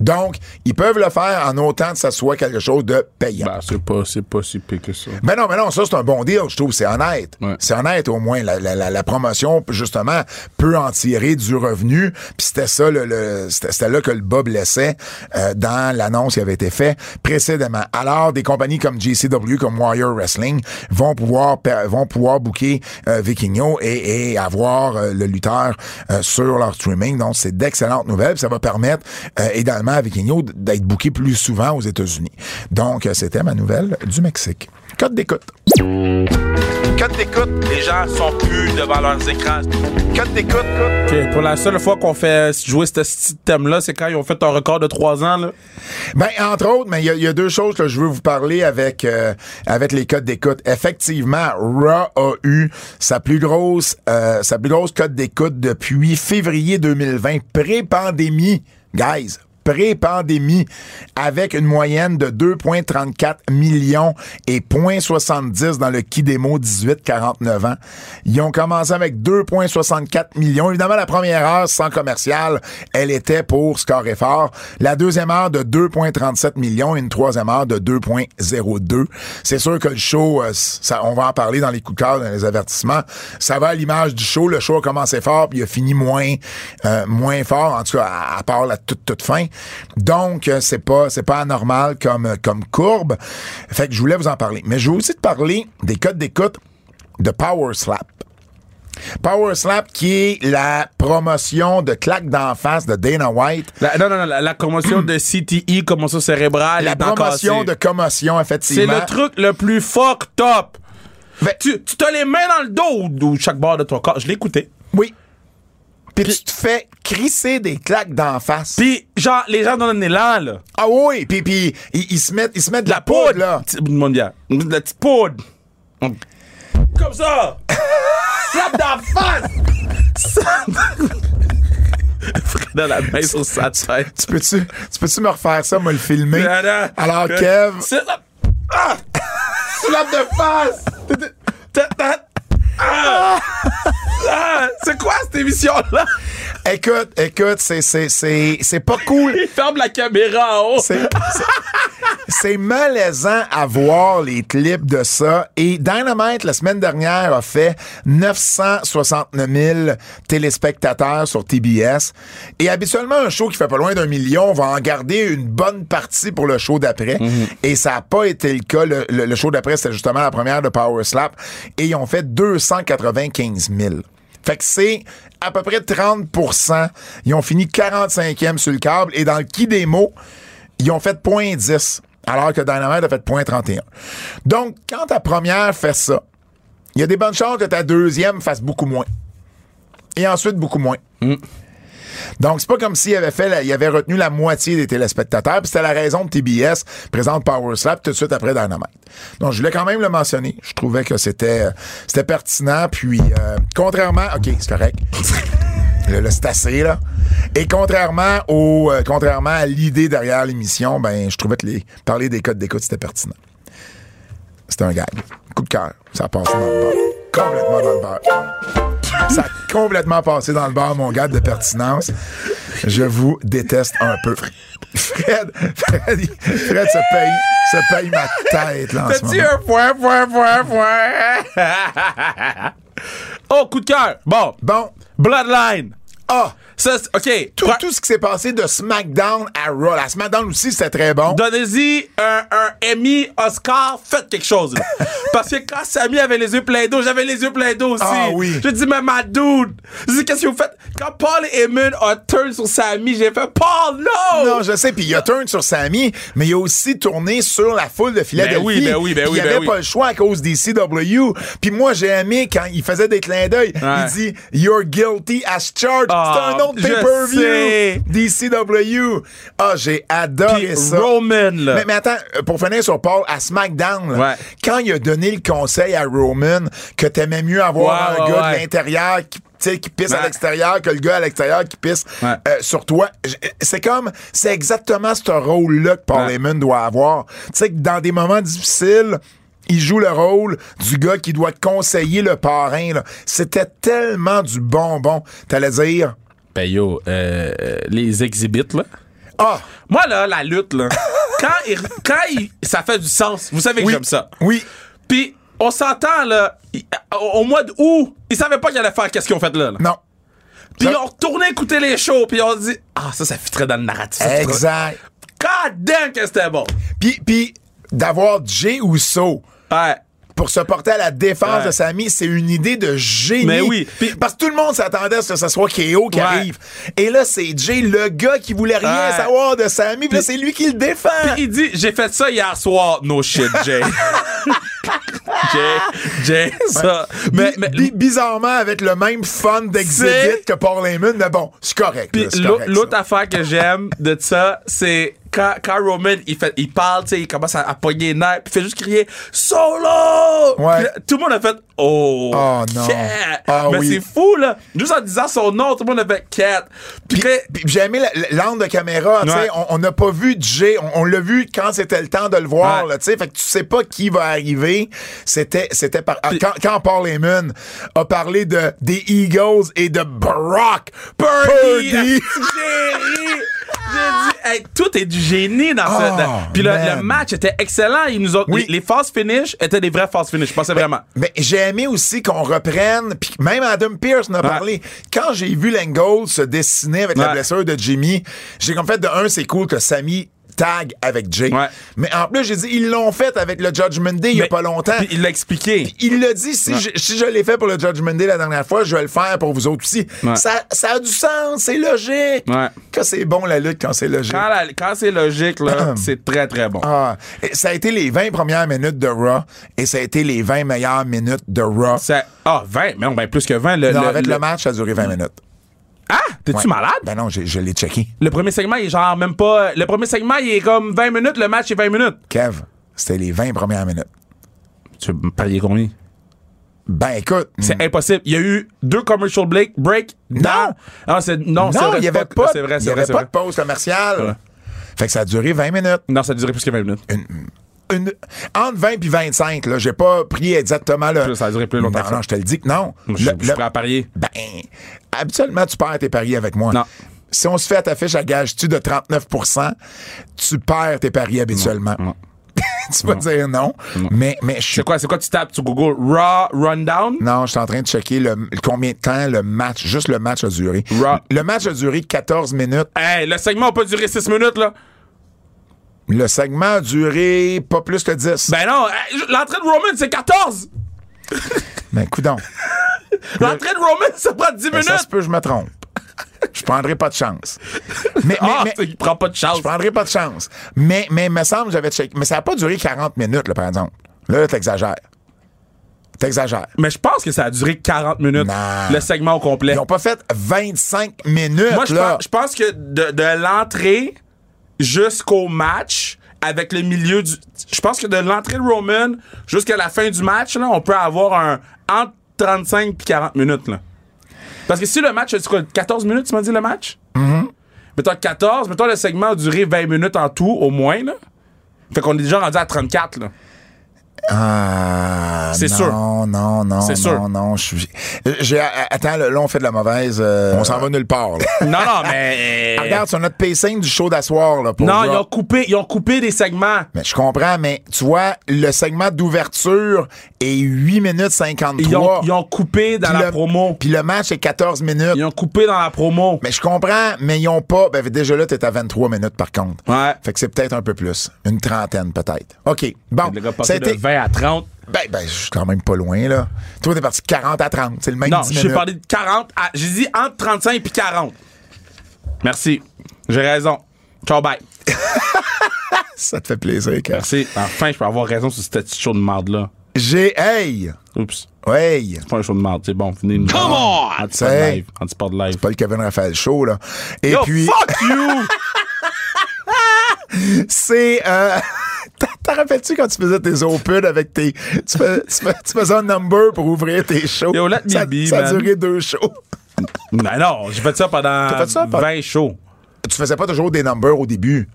Donc, ils peuvent le faire en autant que ça soit quelque chose de payant.
Ben, c'est pas, c'est pas si pire que ça.
Mais Ben non, mais non, ça c'est un bon deal, je trouve, c'est honnête.
Ouais.
C'est honnête au moins. La, la- la- la promotion, justement, peut en tirer du revenu. Puis c'était ça, le, le- c'était c'était là que le bas blessait euh, dans l'annonce qui avait été faite précédemment. Alors, des compagnies comme JCW, comme Warrior Wrestling, vont pouvoir per- vont pouvoir booker euh, Vikingo et, et avoir euh, le lutteur euh, sur leur streaming. Donc, c'est d'excellentes nouvelles. Puis Ça va permettre euh, également à Vikingo d'être booké plus souvent aux États-Unis. Donc, euh, c'était ma nouvelle du Mexique. Code d'écoute.
Code d'écoute,
Les gens sont plus devant leurs écrans.
code d'écoute,
Ok, pour la seule fois qu'on fait jouer ce petit thème-là, c'est quand ils ont fait un record de 3 ans, là.
Ben, entre autres, mais il y, a- il y a deux choses que je veux vous parler avec, euh, avec les codes d'écoute. Effectivement, Raw a eu sa plus grosse, euh, sa plus grosse cote d'écoute depuis février 2020, pré-pandémie. Guys, pré-pandémie, avec une moyenne de 2,34 millions et 0,70 dans le qui démo 18-49 ans. Ils ont commencé avec 2,64 millions. Évidemment, la première heure, sans commercial, elle était pour score et fort. La deuxième heure de 2,37 millions et une troisième heure de 2,02. C'est sûr que le show, euh, ça, on va en parler dans les coups de cœur, dans les avertissements. Ça va à l'image du show. Le show a commencé fort, puis il a fini moins, euh, moins fort, en tout cas, à, à part la toute, toute fin. Donc, euh, c'est pas, c'est pas anormal comme, comme courbe. Fait que je voulais vous en parler. Mais je veux aussi te parler des codes d'écoute de Power Slap. Power Slap, qui est la promotion de claque d'en face de Dana White
La- non, non, non, la, la commotion de CTI, commotion cérébrale,
La
est encore
promotion
assez.
de commotion,
C'est
effectivement.
le truc le plus fucked up.
Ben-
Tu, tu t'as les mains dans le dos ou- ou chaque barre de ton corps. Je l'écoutais.
Oui. Puis tu te fais crisser des claques d'en face.
Puis, genre, les gens donnent un élan, là.
ah oui, puis puis ils, ils se mettent ils se mettent de la, poudre,
Poudre,
là.
Petit bout de monde bien. La petite poudre. Comme ça. Slap d'en face. Slap dans- Fred a la main sur sa tête.
Tu peux-tu tu peux-tu me refaire ça, me le filmer Alors Kev,
C'est ça. Ah! Slap de face. Ta- ta- Ah! Ah! C'est quoi cette émission-là?
écoute, écoute, c'est c'est c'est c'est pas cool.
Il ferme la caméra oh. en haut.
C'est- c'est- C'est malaisant à voir les clips de ça. Et Dynamite, la semaine dernière, a fait 969 000 téléspectateurs sur TBS. Et habituellement, un show qui fait pas loin d'un million va en garder une bonne partie pour le show d'après. Et ça n'a pas été le cas. Le, le- le show d'après, c'était justement la première de Power Slap. Et ils ont fait 295 000. Fait que c'est à peu près 30 Ils ont fini 45e sur le câble. Et dans le qui des mots, ils ont fait point 10, alors que Dynamite a fait point 31. Donc, quand ta première fait ça, il y a des bonnes chances que ta deuxième fasse beaucoup moins. Et ensuite, beaucoup moins. Donc, c'est pas comme s'il avait fait, la- il avait retenu la moitié des téléspectateurs, puis c'était la raison de TBS présente Power Slap tout de suite après Dynamite. Donc, je voulais quand même le mentionner. Je trouvais que c'était, euh, c'était pertinent, puis euh, contrairement, ok, c'est correct. Le, le c'est assez, là. Et contrairement au, euh, contrairement à l'idée derrière l'émission, ben, je trouvais que les, parler des codes d'écoute, c'était pertinent. C'était un gag. Coup de cœur. Ça a passé dans le beurre. Complètement dans le beurre. Ça a complètement passé dans le bar, mon gars de pertinence. Je vous déteste un peu. Fred, Fred, il- Fred se paye, se paye ma tête, là, en ce
T'as-tu
moment.
un point, point, point, point? oh, coup de cœur. Bon.
Bon.
Bloodline.
Ah!
Ça, c'est- OK.
Tout,
Pre-
tout ce qui s'est passé de SmackDown à Raw. La SmackDown aussi, c'était très bon.
Donnez-y un, un Emmy, Oscar, faites quelque chose. là. Parce que quand Samy avait les yeux pleins d'eau, j'avais les yeux pleins d'eau aussi.
Ah oui.
Je dis, mais ma dude, je dis, qu'est-ce que vous faites? Quand Paul Heyman a turn sur Samy, j'ai fait, Paul, no!
Non, je sais. Puis il a tourné sur Samy, mais il a aussi tourné sur la foule de Philadelphie.
oui, ben oui, ben
Puis
oui,
Il
ben
avait
oui.
pas le choix à cause des CW. Puis moi, j'ai aimé quand il faisait des clins d'œil.
Ouais.
Il dit You're guilty as charged.
Ah,
C'est un autre
je sais.
pay-per-view des CW. Ah, j'ai adoré
Puis
ça.
Roman, là.
Mais, mais attends, euh, pour finir sur Paul, à SmackDown, là,
Ouais.
quand il a donné le conseil à Roman que t'aimais mieux avoir
Ouais,
un
ouais,
gars
ouais.
de l'intérieur qui, tu sais, qui pisse
Ouais.
à l'extérieur que le gars à l'extérieur qui pisse
Ouais.
euh, sur toi. J- C'est comme, c'est exactement ce rôle-là que Paul
Ouais.
Heyman doit avoir. Tu sais que dans des moments difficiles, il joue le rôle du gars qui doit te conseiller le parrain. là. C'était tellement du bonbon. T'allais dire,
Ben yo, euh, les exhibits, là.
ah,
Moi, là, la lutte, là, quand, il- quand il- ça fait du sens, vous savez que
oui,
j'aime ça.
oui,
Puis, on s'entend, là, il- au au mois d'août, ils savaient pas qu'ils allaient faire qu'est-ce qu'ils ont fait là. là.
non,
Puis,
Ça-
ils ont retourné écouter les shows, puis ils ont dit, ah, ça, ça fitterait dans le narratif. ça fitterait-
exact.
God damn que c'était bon.
Puis, puis d'avoir Jay Uso
Ouais.
pour se porter à la défense
Ouais.
de Samy, c'est une idée de génie.
Mais oui. Puis-
Parce que tout le monde s'attendait à ce que ce soit KO qui
Ouais.
arrive. Et là, c'est Jay, le gars qui voulait rien
Ouais.
savoir de Samy. Puis là, c'est lui qui le défend.
Puis il dit, j'ai fait ça hier soir. No shit, Jay. Jay, Jay, ça. Mais,
Bi-
mais
bi- bizarrement, avec le même fun d'exhibit
C'est-
que Paul Heyman, mais bon, c'est correct.
Puis
là, c'est
l'au-
correct,
l'autre
ça.
affaire que j'aime de ça, c'est quand, quand Roman, il, fait, il parle, tu sais, il commence à, à pogner les nerfs, puis il fait juste crier Solo!
Ouais.
Puis là, tout le monde a fait Oh!
Oh, non.
Cat!
Ah
Mais
oui.
c'est fou, là! Juste en disant son nom, tout le monde a fait Cat! Puis,
Puis- puis j'ai aimé la- la- l'angle de caméra, tu sais,
Ouais.
on on n'a pas vu Jay, on, on l'a vu quand c'était le temps de le voir,
Ouais.
là, tu sais, fait que tu sais pas qui va arriver. C'était, c'était par, ah,
Puis-
quand, quand Paul Heyman a parlé de des Eagles et de Brock Purdy.
Purdy! J'ai ri. J'ai dit, hey, tout est du génie dans
Oh,
ce. dans- Puis le,
man.
le match était excellent. Ils nous ont,
Oui.
les, les fast finish étaient des vrais fast finish. Je pensais vraiment.
Mais j'ai aimé aussi qu'on reprenne, puis même Adam Pierce en a parlé. Quand j'ai vu L'Angle se dessiner avec la
Ouais.
blessure de Jimmy, j'ai comme fait de un, c'est cool que Sammy tag avec Jay.
Ouais.
Mais en plus, j'ai dit, ils l'ont fait avec le Judgment Day il y a
Mais-
pas longtemps.
Puis il l'a expliqué.
il l'a dit, si, je, si je l'ai fait pour le Judgment Day la dernière fois, je vais le faire pour vous autres aussi.
Ouais.
Ça, ça a du sens, c'est logique.
Ouais. Ah.
Quand c'est bon la lutte, quand c'est logique.
Quand, la- quand c'est logique, là, c'est très, très bon.
Ah, et ça a été les 20 premières minutes de Raw et ça a été les 20 meilleures minutes de Raw.
Ça- ah, 20, mais non, ben plus que 20. Le,
Non,
le-
avec le,
le-
match, ça a duré 20 minutes.
Ah, t'es-tu
Ouais.
malade?
Ben non, j'ai- je l'ai checké.
Le premier segment, il est genre même pas. Le premier segment, il est comme 20 minutes, le match est 20 minutes.
Kev, c'était les 20 premières minutes.
Tu veux me parier combien?
Ben écoute,
C'est impossible. Il y a eu deux commercial break, break dans. Non, c'est, non, c'est
non,
vrai,
il n'y avait
pas.
pas,
C'est vrai,
il y
c'est
avait
vrai. c'est
pas
vrai.
de pause commerciale.
Ouais.
Fait que ça a duré 20 minutes.
Non, ça durait plus que 20 minutes.
Une- entre 20 puis 25, là, j'ai pas pris exactement le...
Plus, ça a duré plus longtemps que
Non,
ça.
non, je te le dis que non.
Je je
Le-
suis
le-
prêt à parier.
Ben, habituellement, tu perds tes paris avec moi.
Non.
Si on se fait à ta fiche à gage-tu de 39 tu perds tes paris habituellement.
non.
tu vas dire non, mais, mais je suis
C'est quoi, c'est quoi tu tapes? Tu Google Raw Rundown?
Non, je suis en train de checker le, combien de temps le match, juste le match a duré.
Ra-
Le match a duré 14 minutes.
Hey, le segment a pas duré 6 minutes, là.
Le segment a duré pas plus que 10. Ben,
Ben non, hey, j- l'entrée de Roman, c'est 14!
Ben, coudonc.
L'entrée de Roman, ça prend 10
Ben, ça se
minutes!
peut, je me trompe. Je prendrai pas de chance. Mais, mais,
Ah,
mais-
il prend pas de chance.
je prendrai pas de chance. Mais, mais, me semble, j'avais checké. Mais ça a pas duré 40 minutes, là, par exemple. Là, t'exagères. T'exagères.
Mais je pense que ça a duré 40 minutes,
Non.
le segment au complet.
Ils ont pas fait 25 minutes,
Moi, je
là.
pense, je pense que de, de l'entrée jusqu'au match, avec le milieu du. Je pense que de l'entrée de Roman jusqu'à la fin du match, là, on peut avoir un entre 35 et 40 minutes. Là. Parce que si le match, c'est quoi, 14 minutes, tu m'as dit le match?
Mm-hmm.
Mettons 14, mettons le segment a duré 20 minutes en tout, au moins. Là. Fait qu'on est déjà rendu à 34. Là.
Ah,
C'est
non,
sûr.
Non, non, non.
C'est sûr.
Non, non, je suis- j'ai- Attends, là, là, on fait de la mauvaise. euh,
On s'en va nulle part. là.
Non, non, mais.
Ah, Regarde, sur notre pacing du show d'asseoir, là, pour genre-
Non, ils ont coupé, ils ont coupé des segments.
Mais je comprends, mais tu vois, le segment d'ouverture est 8 minutes 53.
Ils ont, ils ont coupé dans
Puis
la
le-
promo.
Puis le match est 14 minutes.
Ils ont coupé dans la promo.
Mais je comprends, mais ils ont pas. Ben, déjà là, t'es à 23 minutes par contre.
Ouais.
Fait que c'est peut-être un peu plus. Une trentaine, peut-être. OK. Bon.
Le gars
Ça a
passé de
été.
20 à 30.
Ben, ben, je suis quand même pas loin, là. Toi, t'es parti 40 à 30. C'est le même
Non,
10
j'ai
minutes.
parlé de 40 à. J'ai dit entre 35 et 40. Merci. J'ai raison. Ciao, bye.
Ça te fait plaisir, Carl.
Merci. Enfin, je peux avoir raison sur cette petite show de marde-là.
J'ai. Hey!
Oups.
Hey!
C'est pas un show de marde. C'est bon, venez nous. Come on! Anti-pod
C'est-
live. Anti-pod live.
Pas le Kevin Raphaël Show, là. Et
Yo,
puis,
fuck you!
c'est. Euh... t'en- T'en rappelles-tu quand tu faisais tes open avec tes. Tu, fais- tu fais- tu faisais un number pour ouvrir tes shows?
Yo, let me
ça,
be,
ça a
man.
duré deux shows.
Mais non, j'ai fait ça pendant
T'as fait ça pendant-
20 shows.
Tu faisais pas toujours des numbers au début.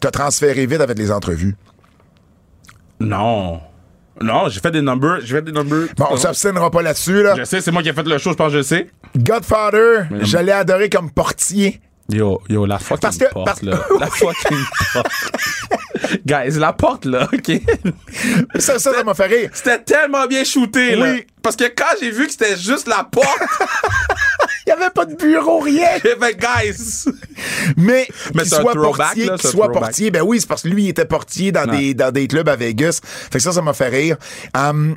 T'as transféré vite avec les entrevues.
Non. Non, j'ai fait des numbers. J'ai fait des numbers.
Bon, on s'obstinera pas là-dessus, là.
Je sais, c'est moi qui ai fait le show, je pense que je sais.
Godfather, je l'ai adoré comme portier.
Yo, yo, la fucking
Parce que-
porte,
parce-
là. La fucking porte. Guys, la porte, là, OK?
Ça, ça, ça m'a fait rire.
C'était tellement bien shooté, là.
Oui.
Parce que quand j'ai vu que c'était juste la porte,
Il y avait pas de bureau, rien.
j'ai fait « Guys!
Mais,
Mais
qu'il
c'est un
soit
throwback,
portier,
là,
qu'il
c'est un
soit
throwback.
portier, ben oui, c'est parce que lui, il était portier dans,
Ouais.
des, dans des clubs à Vegas. Fait que ça, ça m'a fait rire. Um,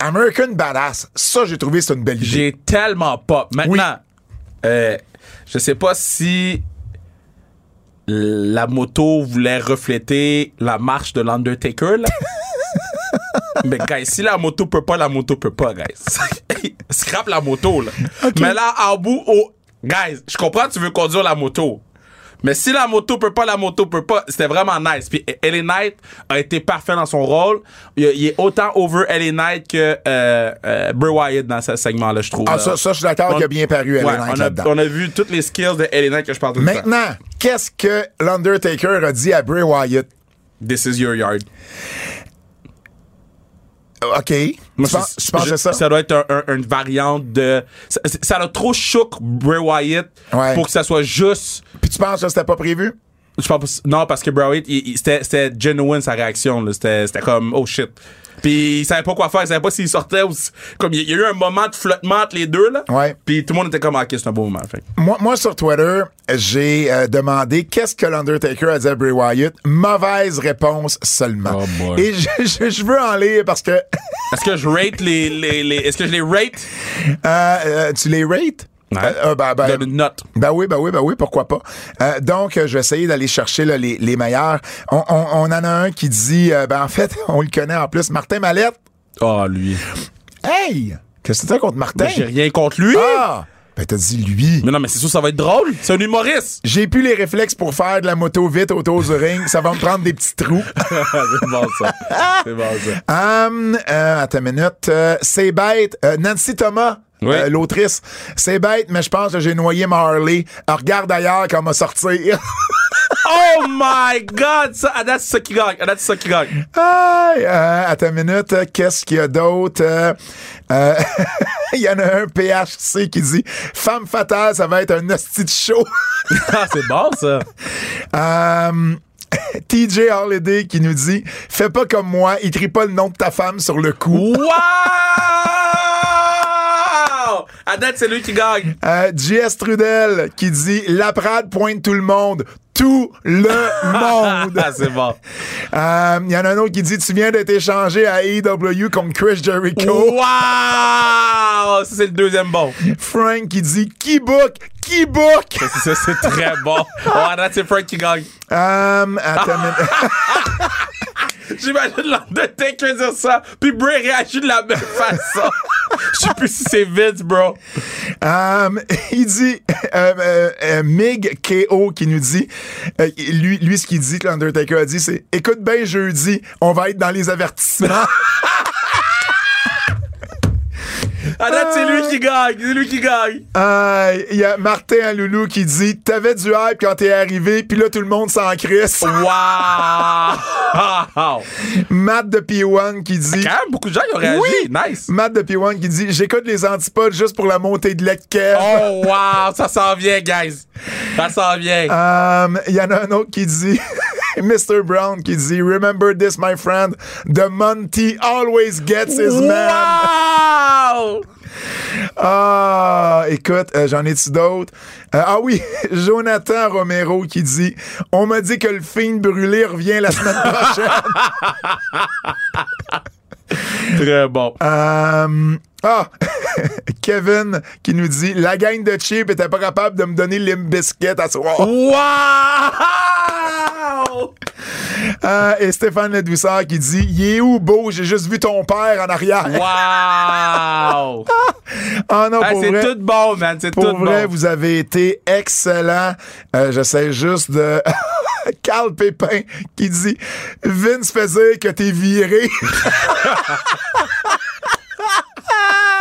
American Badass, ça, j'ai trouvé, c'est une belle » idée.
J'ai tellement pop. Maintenant, euh, je sais pas si la moto voulait refléter la marche de l'Undertaker, là. Mais, guys, si la moto peut pas, la moto peut pas, guys. Scrap la moto, là. Mais là, en bout, oh, guys, je comprends, tu veux conduire la moto. Mais si la moto peut pas, la moto peut pas. C'était vraiment nice. Puis Ellie Knight a été parfait dans son rôle. Il, il est autant over Ellie Knight que euh, euh, Bray Wyatt dans ce segment-là, je trouve.
Ah,
là.
ça, ça, je suis d'accord
On-
qu'il a bien paru, Ellen
Ouais,
Knight,
on, a,
là-dedans.
on a vu toutes les skills de Ellie Knight que je parle tout le temps.
Maintenant, qu'est-ce que l'Undertaker a dit à Bray Wyatt?
This is your yard.
Euh, OK.
Moi,
tu penses,
c'est-
tu penses
je-
à ça?
Ça doit être un- un- une variante de. Ça, c'est- ça a trop choc Bray Wyatt
Ouais.
pour que ça soit juste.
Puis tu penses que c'était pas prévu?
Je pense, non, parce que Bray Wyatt, il- il- c'était c'était genuine sa réaction. là. C'était c'était comme oh shit. Puis il savait pas quoi faire, il savait pas s'il sortait ou. si- Comme il y a eu un moment de flottement entre les deux, là.
Ouais.
Puis tout le monde était comme ah, ok, c'est un beau moment. Fait.
Moi, moi, sur Twitter, j'ai euh, demandé qu'est-ce que l'Undertaker a dit à Bray Wyatt. Mauvaise réponse seulement.
Oh boy.
Et je, je- je veux en lire parce que euh,
Est-ce que je rate les. les, les- Est-ce que je les rate
euh, tu les rates?
Ouais.
Euh, euh, ben, ben,
Donne une note.
ben oui, ben oui, ben oui, pourquoi pas. Euh, donc, euh, je vais essayer d'aller chercher là, les, les meilleurs. On, on- on en a un qui dit, euh, ben en fait, on le connaît en plus, Martin Mallette.
Ah, lui.
Hey! Qu'est-ce que c'était contre Martin?
Mais Ben, J'ai rien contre lui.
ben. Ah! Ben t'as dit lui.
Mais non, mais c'est sûr, ça va être drôle. C'est un humoriste.
J'ai plus les réflexes pour faire de la moto vite autour du ring. Ça va me prendre des petits trous.
Ah, c'est bon, ça. C'est bon, ça.
Hum, euh, attends une minute. Euh, c'est bête. Euh, Nancy Thomas,
Oui.
euh, l'autrice. C'est bête, mais je pense que j'ai noyé ma Harley. Euh, regarde ailleurs comment sortir.
Oh my god, ça, ah, that's ça qui gagne, ah, that's ça qui gagne.
Aïe, euh, attends une minute. Euh, Qu'est-ce qu'il y a d'autre? Euh, euh, Il y en a un PHC qui dit Femme fatale, ça va être un hostie de show.
Ah, c'est bon ça.
Hum, TJ Holiday qui nous dit Fais pas comme moi, il crie pas le nom de ta femme sur le cou.
Wow! À date, c'est lui qui gagne.
Euh, JS Trudel qui dit La Prade pointe tout le monde. Tout le monde.
Ah, c'est bon.
Euh, Il y en a un autre qui dit Tu viens d'être échangé à AEW contre Chris
Oh.
Jericho.
Wow! Ça, c'est le deuxième bon.
Frank qui dit Qui book Qui book
Ça, c'est très bon. Oh, à date, c'est Frank qui gagne.
Euh, attends une minute.
J'imagine l'Undertaker dire ça, puis Bray réagit de la même façon. Je sais plus si c'est Vince, bro.
Euh, il dit euh, euh, euh, Mig KO qui nous dit euh, lui, lui, ce qu'il dit, que l'Undertaker a dit, c'est Écoute bien jeudi, on va être dans les avertissements.
À date, c'est lui qui gagne. C'est lui qui gagne.
Aïe, Il y a Martin Aloulou qui dit T'avais du hype quand t'es arrivé, puis là tout le monde s'en crisse.
Wow!
Matt de P1 qui dit
Quand même, beaucoup de gens ils ont réagi. Nice.
Matt de P1 qui dit J'écoute les antipodes juste pour la montée de l'équerre.
Oh, wow! Ça s'en vient, guys. Ça s'en vient.
Um, Il y en a un autre qui dit Mr. Brown qui dit Remember this, my friend. The Monty always gets his man.
Wow!
Ah, écoute, euh, j'en ai-tu d'autres? Euh, ah oui, Jonathan Romero qui dit On m'a dit que le film brûlé revient la semaine prochaine.
Très bon.
Euh, ah, Kevin qui nous dit La gang de Chip était pas capable de me donner l'imbiscuit à soir.
Oh. Wow!
Euh, et Stéphane Ledouissard qui dit Il est où, beau J'ai juste vu ton père en arrière.
Wow!
Ah non,
Hey,
pour
c'est
vrai.
tout bon, man. C'est
Pour
tout
vrai,
bon.
vous avez été excellent. Euh, J'essaie juste de. Carl Pépin qui dit Vince faisait que t'es viré. ah,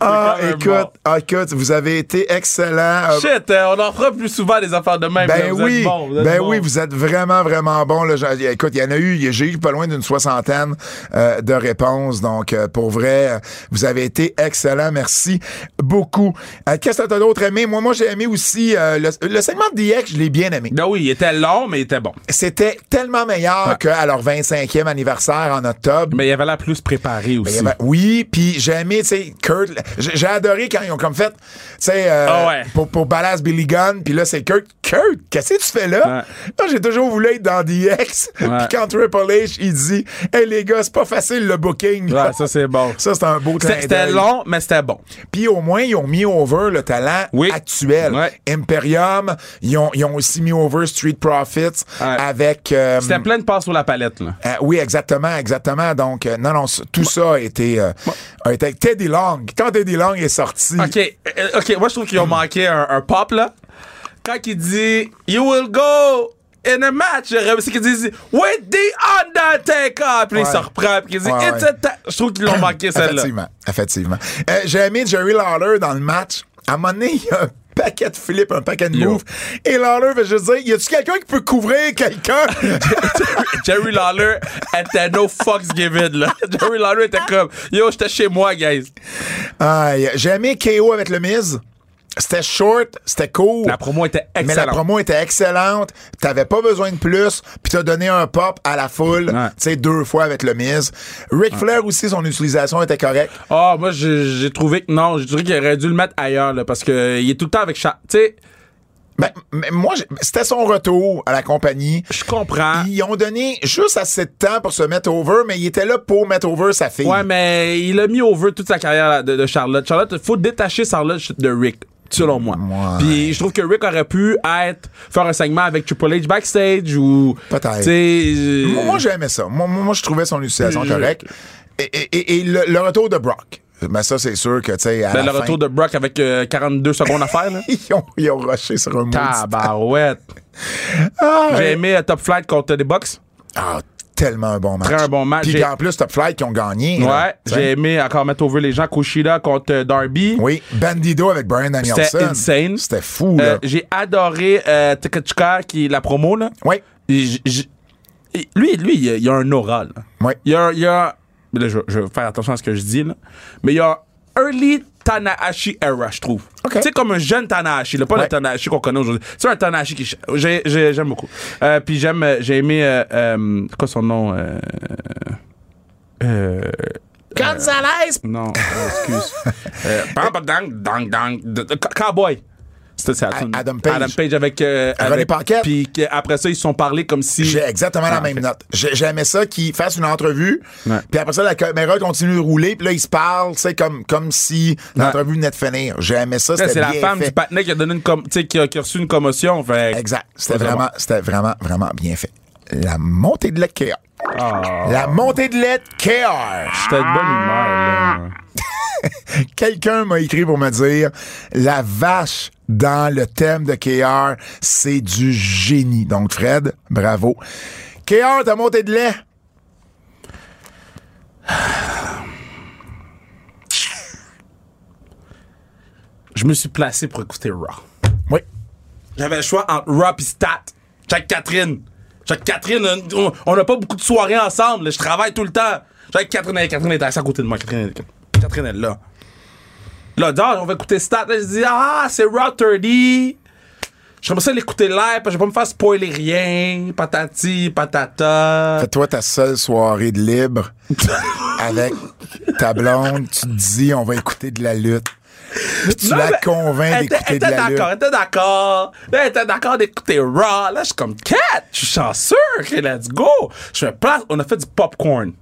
quand même
écoute, ah, écoute, vous avez été excellent. Euh,
Shit, euh, on en fera plus souvent des affaires de même. là.
ben
Vous êtes
oui,
bon, vous êtes
ben
bon.
oui, vous êtes vraiment, vraiment bon. Là. J'en- Écoute, il y en a eu, j'ai eu pas loin d'une soixantaine euh, de réponses. Donc, euh, pour vrai, euh, vous avez été excellent. Merci beaucoup. Euh, Qu'est-ce que t'as d'autre aimé? Moi, moi j'ai aimé aussi euh, le, le segment de DX, je l'ai bien aimé.
Ben oui, il était long, mais il était bon.
C'était tellement meilleur qu'à leur 25e anniversaire en octobre.
Mais il avait l'air plus préparé
Ben, Il y
aussi.
avait- oui, puis j'ai aimé, tu sais, Kurt. J'ai j'ai adoré quand ils ont comme fait, tu sais, euh,
Ah ouais.
pour, pour Ballast Billy Gunn, puis là, c'est Kurt. Kurt, qu'est-ce que tu fais là?
Ouais.
Moi, j'ai toujours voulu être dans DX. Puis
Ouais.
quand Triple H, il dit, hey les gars, c'est pas facile le booking.
Ouais, ça, c'est bon.
Ça, c'est un beau clin
C'était- C'était
d'œil.
long, mais c'était bon.
Puis au moins, ils ont mis over le talent
Oui.
actuel.
Ouais.
Imperium, ils ont, ils ont aussi mis over Street Profits
Ouais.
avec. euh,
C'était plein de passes sur la palette, là.
euh, oui, exactement, exactement. Donc, euh, non, non, c- tout ça a été, euh, a été. Teddy Long, quand Teddy Long est sorti.
OK, euh, OK, moi, je trouve qu'ils ont manqué un, un pop, là. Quand il dit « You will go in a match », j'aurais aussi qu'ils disent « With the Undertaker », puis
Ouais.
il se reprend, puis il dit
Ouais,
It's
ouais.
a ta- Je trouve qu'ils l'ont manqué, celle-là.
Effectivement, effectivement. Euh, J'ai aimé Jerry Lawler dans le match. À un moment donné, il y a un paquet de flips, un paquet de
Yo.
moves. Et Lawler va juste dire, y a-tu quelqu'un qui peut couvrir quelqu'un?
Jerry Lawler était no fucks given, là. Jerry Lawler était comme « Yo, j'étais chez moi, guys
Aïe, J'ai aimé KO avec le Miz. C'était short, c'était cool. ».
La promo était
Mais
excellente.
la promo était excellente, t'avais pas besoin de plus, puis t'as donné un pop à la foule,
Ouais.
tu sais, deux fois avec le Miz. Ric Flair aussi, son utilisation était correcte.
Ah, moi, j'ai j'ai trouvé que non. J'ai trouvé qu'il aurait dû le mettre ailleurs, là, parce que euh, il est tout le temps avec Sha. Tu sais,
Ben, mais moi, j'ai- c'était son retour à la compagnie.
je comprends.
Ils ont donné juste assez de temps pour se mettre over, mais il était là pour mettre over sa fille.
Ouais, mais il a mis over toute sa carrière là, de, de Charlotte. Charlotte, faut détacher Charlotte de Rick, selon moi.
Ouais.
Puis je trouve que Rick aurait pu être, faire un segment avec Triple H backstage ou.
Peut-être.
Tu sais. euh,
Moi, moi, j'aimais ça. Moi, moi, moi, je trouvais son utilisation
Je-
correcte. Et, et- et- et le, le retour de Brock. Mais ça, c'est sûr que, tu sais, à
ben,
la
le
fin,
retour de Brock avec euh, 42 secondes à faire, là.
ils, ont, ils ont rushé sur un Ah, mot.
Tabarouette. J'ai aimé euh, Top Flight contre The Bucks.
Ah, tellement un bon match.
Très un bon match.
Puis
J'ai-
en plus, Top Flight qui ont gagné. là,
Ouais.
tu sais.
J'ai aimé encore mettre over les gens. Kushida contre euh, Darby.
Oui, Bandido avec Brian Danielson.
C'était insane.
C'était fou,
Euh,
là.
j'ai adoré euh, Tekachka, qui est la promo, là.
oui,
Et j- j- et lui, lui, il a- il a un oral.
oui.
Il y a, il y a- mais là, je, je vais faire attention à ce que je dis, là. Mais il y a early Tanahashi era, je trouve.
Ok.
Tu sais, comme un jeune Tanahashi, là, pas
Ouais.
le Tanahashi qu'on connaît aujourd'hui. C'est un Tanahashi qui. ch- j'ai- j'ai- J'aime beaucoup. Euh, puis j'aime, euh, j'ai aimé. euh, euh, c'est quoi son nom euh, euh,
Gonzalez!
Non, euh, excuse. euh, bam, bam, dang, dang, dang, de- de- ca- cowboy. C'était ça. la tune.
Adam Page.
Adam Page avec. euh,
René
avec-
Paquette.
Puis que- après ça, ils se sont parlé comme si.
J'ai exactement la
Ah,
même
fait-
note. J'ai- J'aimais ça qu'ils fassent une entrevue,
Ouais.
puis après ça, la caméra continue de rouler, puis là, ils se parlent, tu sais, comme, comme si l'entrevue venait de finir. J'aimais ça,
Là,
c'était
C'est la
bien
femme
fait.
du patinet qui a donné une com- tu sais, qui a, qui a reçu une commotion. Fait.
Exact. C'était
Ça, c'est
vraiment, c'était vraiment, vraiment bien fait. La montée de lait de KR.
Ah.
La montée de lait de KR.
J'étais de bonne humeur, là.
Quelqu'un m'a écrit pour me dire la vache dans le thème de KR, c'est du génie. Donc, Fred, bravo. KR, t'as monté de lait?
je me suis placé pour écouter Raw.
Oui.
J'avais le choix entre Raw et Stat. Jack Catherine. Jack Catherine, on- on n'a pas beaucoup de soirées ensemble. là. Je travaille tout le temps. Jack Catherine, elle, Catherine est assise à côté de moi. Catherine, elle- Catherine elle est là. Là, d'or, on va écouter Stat. Là, je dis, ah, c'est Raw 30. J'aimerais ça l'écouter live, parce que je vais pas me faire spoiler rien. Patati, patata.
Toi, ta seule soirée de libre avec ta blonde, tu te dis, on va écouter de la lutte. Puis tu
Non,
la
mais
convaincs
elle était-
d'écouter de
elle était
la lutte.
d'accord, Elle était d'accord. Là, elle était d'accord d'écouter Raw. Là, je suis comme, Cat, je suis chanceux. OK, let's go. Je me place. On a fait du popcorn.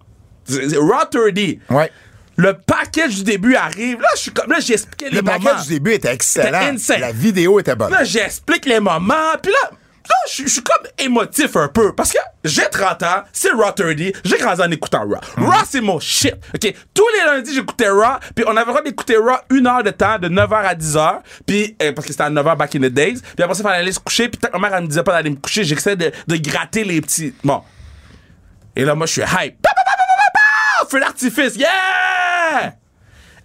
C'est- c'est Raw 30.
Ouais.
Le package du début arrive. Là, je suis comme, là, j'ai expliqué les
Le
moments.
package du début était excellent.
C'était insane.
La vidéo était bonne.
Là, j'explique les moments. Puis là, là je je suis comme émotif un peu. Parce que j'ai 30 ans, c'est Raw 30, j'ai grandi en écoutant Raw. Raw, c'est mon shit. OK? Tous les lundis, j'écoutais Raw. Puis on avait le droit d'écouter Raw une heure de temps, de 9h à 10h. Puis, euh, parce que c'était à 9h back in the days. Puis après ça, il fallait aller se coucher. Puis tant que ma mère, elle me disait pas d'aller me coucher, j'essayais de, de gratter les petits. Bon. Et là, moi, je suis hype. Pa, pa, pa, pa, pa, pa! Feu d'artifice, yeah!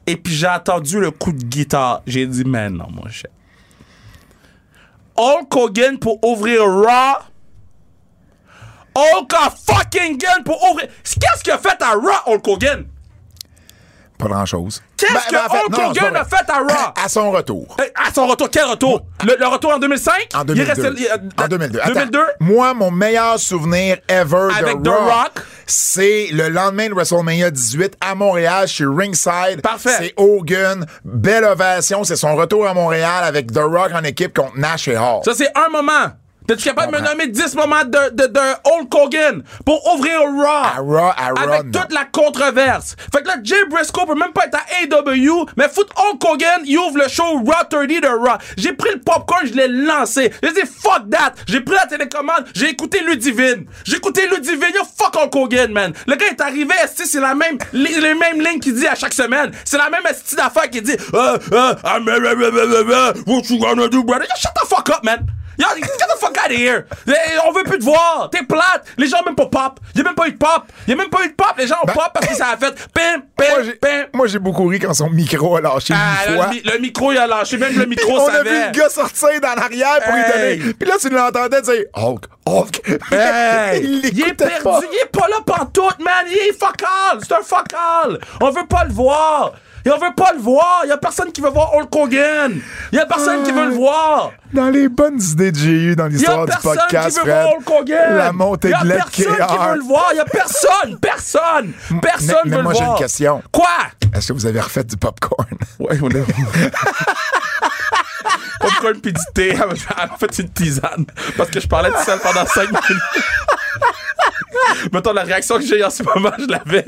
Et puis j'ai entendu le coup de guitare. J'ai dit, mais non, mon cher. Hulk Hogan pour ouvrir Raw. Hulk fucking Hogan pour ouvrir. Qu'est-ce qu'il a fait à Raw, Hulk Hogan?
Pas grand-chose. Ben,
Qu'est-ce que
en
Hulk
non, non, c'est
Hogan
pas
a
vrai.
fait à Raw?
À son retour.
Eh, À son retour, quel retour? Le, le retour en 2005?
En
Il est
2002.
resté- il- euh,
en 2002. Attends.
2002?
moi, mon meilleur souvenir ever
Avec The
de Rock,
Rock.
c'est le lendemain de WrestleMania 18 à Montréal, chez Ringside.
Parfait.
C'est Hogan, belle ovation. C'est son retour à Montréal avec The Rock en équipe contre Nash et Hall.
Ça, c'est un moment. T'es-tu capable de me
Comprends.
nommer 10 moments de, de, de Hulk Hogan pour ouvrir Raw?
À Raw, à Raw,
Avec
non.
toute la controverse. Fait que là, Jay Briscoe peut même pas être à AW, mais foot Hulk Hogan, il ouvre le show Raw 30 de Raw. J'ai pris le popcorn, je l'ai lancé. J'ai dit fuck that. J'ai pris la télécommande, j'ai écouté Ludivine. J'ai écouté Ludivine, yo fuck Hulk Hogan, man. Le gars est arrivé, esti, c'est la même, les, les mêmes lignes qu'il dit à chaque semaine. C'est la même esti d'affaires qui dit, euh, euh, I'm- what you gonna do, brother? Yo, Shut the fuck up, man. Yo, get the fuck out of here! Eh, On veut plus te voir! T'es plate! Les gens ont même pas pop! Y'a même pas eu de pop! Y'a même pas eu de pop! Les gens ont
Ben-
pop parce que ça a fait pim,
Moi,
pim,
j'ai-
pim!
Moi, j'ai beaucoup ri quand son micro a lâché
Ah,
une
le,
fois.
mi- le micro, il a lâché, même le
Puis
micro
on a
savait.
vu le gars sortir dans l'arrière pour
Hey.
lui donner. Puis là, tu l'entendais dire Hulk, Hulk.
Hey! il est
l'écoutait
perdu,
pas.
il est pas là pantoute, man! Il est fuck all! C'est un fuck all! On veut pas le voir! Et on veut pas le voir! Y'a personne qui veut voir Hulk Hogan! Y'a personne qui veut
Ah.
le voir!
Dans les bonnes idées que j'ai eues dans
Il y a
l'histoire du
personne
podcast,
qui veut voir
Fred,
Hulk Hogan.
la montée de
Il y a
l'aide
personne qui
KR.
veut le voir. Il y a personne, personne, personne
mais- mais
veut
moi,
le
j'ai
voir.
une question.
Quoi
Est-ce que vous avez refait du popcorn?
Ouais, on est. Popcorn puis du thé. Elle m'a fait une tisane parce que je parlais de ça pendant 5 minutes. Mettons la réaction que j'ai eu en ce moment, je l'avais.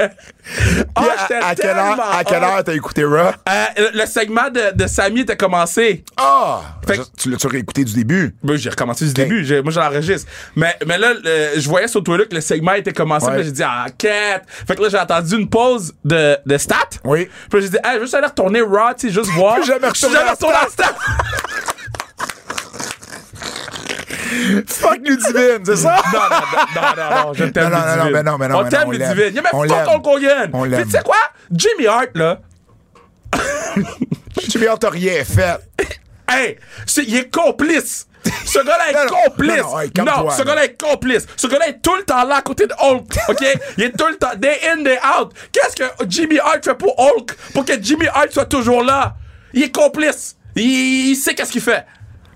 Ah,
Puis
j'étais
à, à quelle heure,
tellement
à quelle
hot.
heure t'as écouté Raw?
Euh, le- le segment de, de Samy était commencé.
Ah!
Fait
Je- Tu l'as-tu réécouté du début?
Ben, j'ai recommencé du début. J'ai- moi, j'enregistre. Mais, mais là, le- je voyais sur Twitter que le segment était commencé.
Ouais.
Puis là, j'ai dit, ah, quête. Fait que là, j'ai attendu une pause de, de stat.
Oui.
Puis là, j'ai dit, ah, je vais juste aller retourner Raw, tu sais, juste voir.
Plus jamais
Je suis
retourné à
retourné à stat.
Fuck Ludivine, c'est ça?
non, non, non, non, non, je t'aime,
Non, non, non,
Ludivine.
non, mais non, mais non,
On
mais
t'aime,
non, on
Ludivine.
l'aime.
Il y a même
On
fuck
l'aime.
Hulk Hogan.
On
Puis
l'aime.
tu sais quoi? Jimmy Hart, là,
Tu bien, t'as rien fait.
Hey, c'est- il est complice. Ce gars-là est
Non, non,
complice.
non, non, hey, calme-toi,
ce
là.
gars-là est complice. Ce gars-là est tout le temps là à côté de Hulk. OK? Il est tout le temps day in day out. Qu'est-ce que Jimmy Hart fait pour Hulk pour que Jimmy Hart soit toujours là Il est complice. Il, il sait qu'est-ce qu'il fait.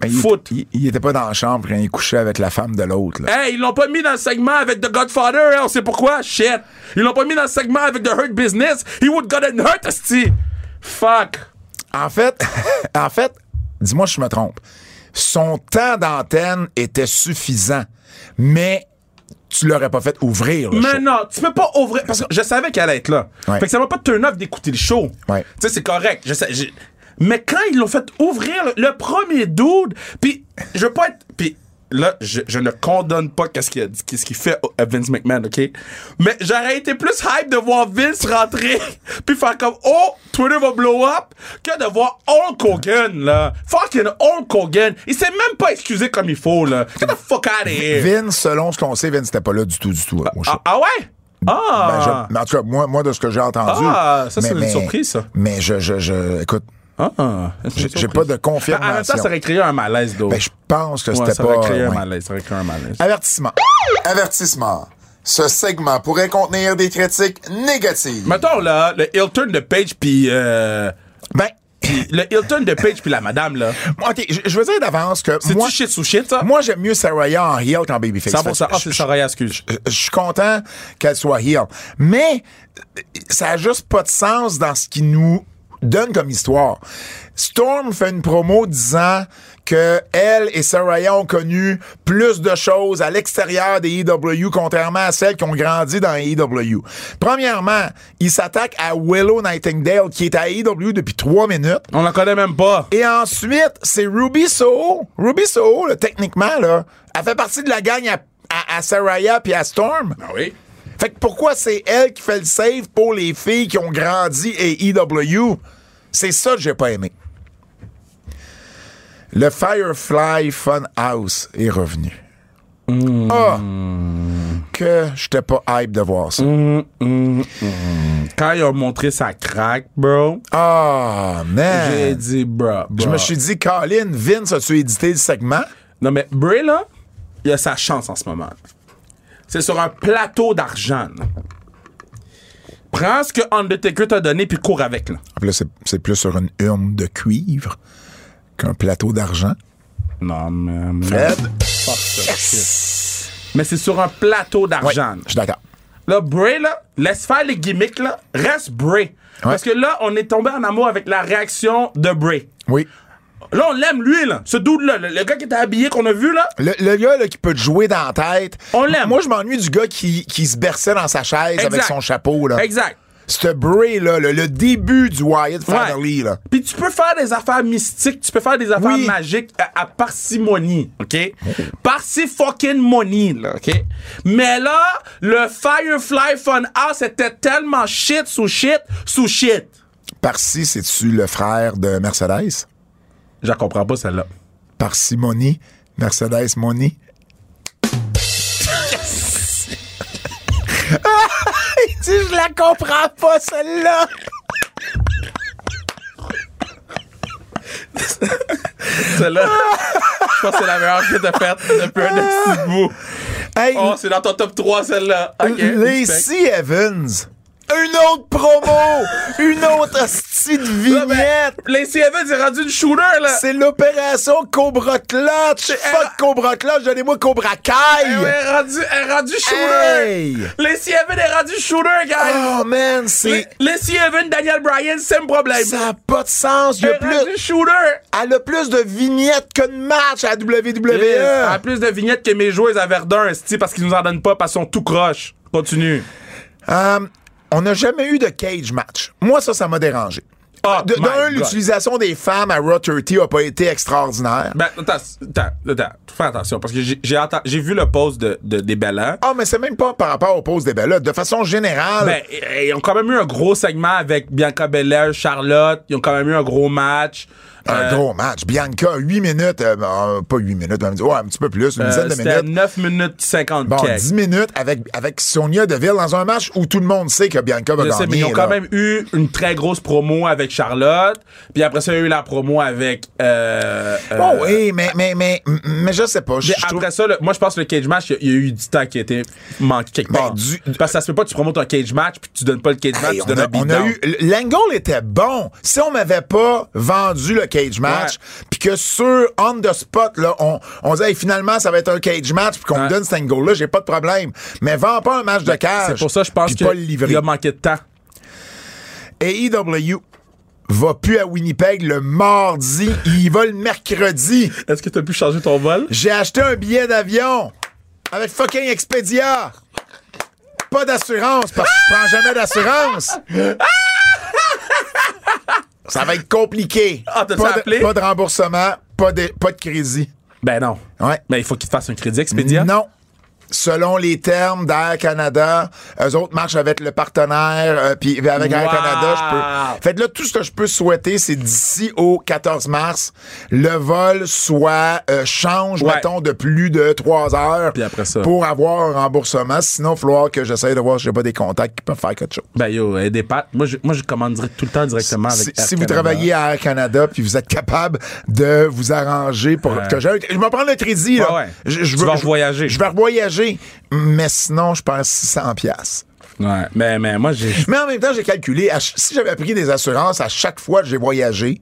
Mais Ben, il,
Foot.
il- il était pas dans la chambre quand il couchait avec la femme de l'autre. là.
Hey, ils l'ont pas mis dans le segment avec The Godfather, hein, on sait pourquoi, shit. Ils l'ont pas mis dans le segment avec The Hurt Business. He would gotten hurt, esti. Fuck.
En fait, en fait, dis-moi si je me trompe. Son temps d'antenne était suffisant, mais tu l'aurais pas fait ouvrir le show.
Mais non, tu peux pas ouvrir. Parce que je savais qu'elle allait être là.
Ouais.
Fait que ça m'a pas turn off d'écouter le show.
Ouais.
Tu sais, c'est correct. Je sais- j'ai- Mais quand ils l'ont fait ouvrir, le, le premier dude, puis je veux pas être. Puis là, je, je ne condamne pas qu'est-ce qu'il a dit, qu'est-ce qu'il fait à Vince McMahon, OK? Mais j'aurais été plus hype de voir Vince rentrer, puis faire comme Oh, Twitter va blow up, que de voir Hulk Hogan, là. Fucking Hulk Hogan. Il s'est même pas excusé comme il faut, là. Get the fuck out of here.
Vin, selon ce qu'on sait, Vin n'était pas là du tout, du tout. hein, au show.
Eh. Ah, ah ouais? Ah!
Ben, je- mais en tout cas, moi, moi de ce que j'ai entendu.
Ah, ça, c'est une surprise, ça.
Mais je, je, je- écoute,
Ah,
J'ai j'ai pas de
Ben, en même temps,
confirmation.
ça aurait créé un malaise, d'autres.
Ben, je pense que c'était
Ouais, ça
pas. Ah,
aurait créé un
ouais.
malaise. Ça aurait créé un malaise.
Avertissement. Avertissement. Ce segment pourrait contenir des critiques négatives.
Mettons, là, le Hilton de Page, puis. euh,
Ben,
puis le Hilton de Page, puis la madame, là.
OK, je- je veux dire d'avance que moi,
C'est-tu shit sous shit, ça?
moi j'aime mieux Saraya en heel qu'en babyface.
100%. Ah,
Fait
c'est
que je-
Saraya, excuse.
je- je suis content qu'elle soit heel. Mais euh, ça a juste pas de sens dans ce qui nous donne comme histoire. Storm fait une promo disant que elle et Saraya ont connu plus de choses à l'extérieur des EW, contrairement à celles qui ont grandi dans les EW. Premièrement, il s'attaque à Willow Nightingale, qui est à EW depuis trois minutes.
On la connaît même pas.
Et ensuite, c'est Ruby Soho. Ruby Soho, là, techniquement, là, elle fait partie de la gang à, à, à Saraya puis à Storm.
Ah oui?
Fait que pourquoi c'est elle qui fait le save pour les filles qui ont grandi et EW? C'est ça que j'ai pas aimé. Le Firefly Funhouse est revenu.
Hmm.
Ah! Que j'étais pas hype de voir ça.
Hmm. Quand ils ont montré sa craque, bro,
Ah,
j'ai
man!
dit, Ah. bro, bro.
Je me suis dit, Colin, Vince, as-tu édité le segment?
Non, mais Bray, là, il a sa chance en ce moment. C'est sur un plateau d'argent. là. Prends ce que Undertaker t'a donné puis cours avec. Là.
Puis là, c'est- c'est plus sur une urne de cuivre qu'un plateau d'argent.
Non, mais.
Fred?
Mais c'est sur un plateau
Ouais,
d'argent.
je suis d'accord.
Là, Bray, là, laisse faire les gimmicks, là. Reste Bray. Parce que là, on est tombé en amour avec la réaction de Bray.
Oui.
Là, on l'aime, lui, là. Ce dude-là, le, le gars qui était habillé, qu'on a vu, là.
Le, le gars là, qui peut te jouer dans la tête.
On l'aime.
Moi, je m'ennuie du gars qui, qui se berçait dans sa chaise avec
Exact.
son chapeau. Là.
Exact.
Ce Bray, là, le, le début du Wyatt Family. Là.
Puis tu peux faire des affaires mystiques, tu peux faire des affaires
Oui. Oh.
magiques à, à parcimonie, OK? Parsi fucking money, là, OK? Mais là, le Firefly Funhouse était tellement shit sous shit sous shit.
Parsi, c'est-tu le frère de Mercedes?
Je la comprends pas celle-là.
Parsimony? Mercedes Money? Il dit, je la comprends pas, celle-là!
Celle-là, je pense que c'est la meilleure que t'as faite depuis un petit bout.
Hey,
Oh, c'est dans ton top 3, celle-là. OK, respect.
Lacey Evans. Une autre promo! une autre style de
Là, ben,
vignette!
Lacey Evans est rendu une shooter, là.
C'est l'opération Cobra Clutch! Fuck Cobra Clutch, donnez-moi Cobra Kai!
Elle est rendue, elle est rendue shooter.
Hey!
Lacey Evans est rendue shooter, guys.
Oh man, c'est.
Lacey Evans, Daniel Bryan, c'est un problème.
Ça n'a pas de sens! Il y a
Le
plus...
shooter.
Elle a plus de vignettes que de matchs à la WWE!
Elle a plus de vignettes que mes joueuses à Verdun, esti, parce qu'ils nous en donnent pas, parce qu'ils sont tout croche. Continue.
Euh, on n'a jamais eu de cage match. Moi, ça, ça m'a dérangé.
Oh
Ah, De-
my
D'un,
God.
l'utilisation des femmes à Raw 30 n'a pas été extraordinaire.
Ben, attends, attends, attends, fais attention, parce que j'ai- j'ai atta- j'ai vu le post de, de, des Bella.
Ah, mais c'est même pas par rapport aux poses des belles. De façon générale,
Ben, eh, ils ont quand même eu un gros segment avec Bianca Belair, Charlotte. Ils ont quand même eu un gros match.
un
euh,
gros match. Bianca, 8 minutes, euh, euh, pas 8 minutes, mais ouais, un petit peu plus, une
Euh,
dizaine de
C'était
minutes.
9 minutes 50
Bon,
quelques.
10 minutes avec, avec Sonia Deville dans un match où tout le monde sait que Bianca va
Je sais,
gagner.
mais ils
là.
ont quand même eu une très grosse promo avec Charlotte. Puis après ça, il y a eu la promo avec. Euh, euh,
Oh, oui, mais, mais, mais, mais je sais pas. Je,
puis
je trouve-
après ça, le- moi, je pense que le cage match, il y, a- il y a eu du temps qui a été manqué quelque
Ben,
part.
du-
Parce que ça se peut pas, que tu promotes un cage match, puis tu donnes pas le cage match,
Hey,
tu
on,
donnes
a,
un beatdown.
on a eu. L'angle était bon. Si on m'avait pas vendu le cage match, puis que sur on the spot, là, on, on disait Hey, finalement ça va être un cage match, puis qu'on
Ouais.
me donne cet angle-là, j'ai pas de problème. Mais vends pas un match de cage.
Ben, C'est pour ça, je pense
puis pas le
qu'il
livrer.
a manqué de temps.
AEW va plus à Winnipeg le mardi, il y va le mercredi.
Est-ce que tu as pu changer ton vol?
J'ai acheté un billet d'avion avec fucking Expedia. Pas d'assurance parce que je prends jamais d'assurance. Ça va être compliqué.
Ah, t'as-tu
pas, de,
appelé?
pas de remboursement, pas de, pas de crédit.
Ben non.
Ouais.
Mais il faut qu'il te fasse un crédit Expedia.
Non. selon les termes d'Air Canada, eux autres marchent avec le partenaire, euh, puis avec Air
Wow!
Canada, je peux. Fait que là, tout ce que je peux souhaiter, c'est d'ici au 14 mars, le vol soit euh, change,
Ouais.
mettons, de plus de trois heures
Puis après ça.
pour avoir un remboursement. Sinon, il va falloir que j'essaye de voir si j'ai pas des contacts qui peuvent faire quelque chose.
Ben yo, euh, des pâtes. Moi, je, moi, je commande direct- tout le temps directement avec
Si,
Air
si vous
Canada.
travaillez à Air Canada puis vous êtes capable de vous arranger pour
Ouais.
que j'aille- je vais prendre le crédit là.
Ouais, ouais.
Je, je
Tu
veux-
vas
je-
revoyager.
Je vais voyager, mais sinon je pense 600 pièces.
Ouais, mais, mais moi, j'ai.
Mais en même temps, j'ai calculé à ch- si j'avais pris des assurances à chaque fois que j'ai voyagé.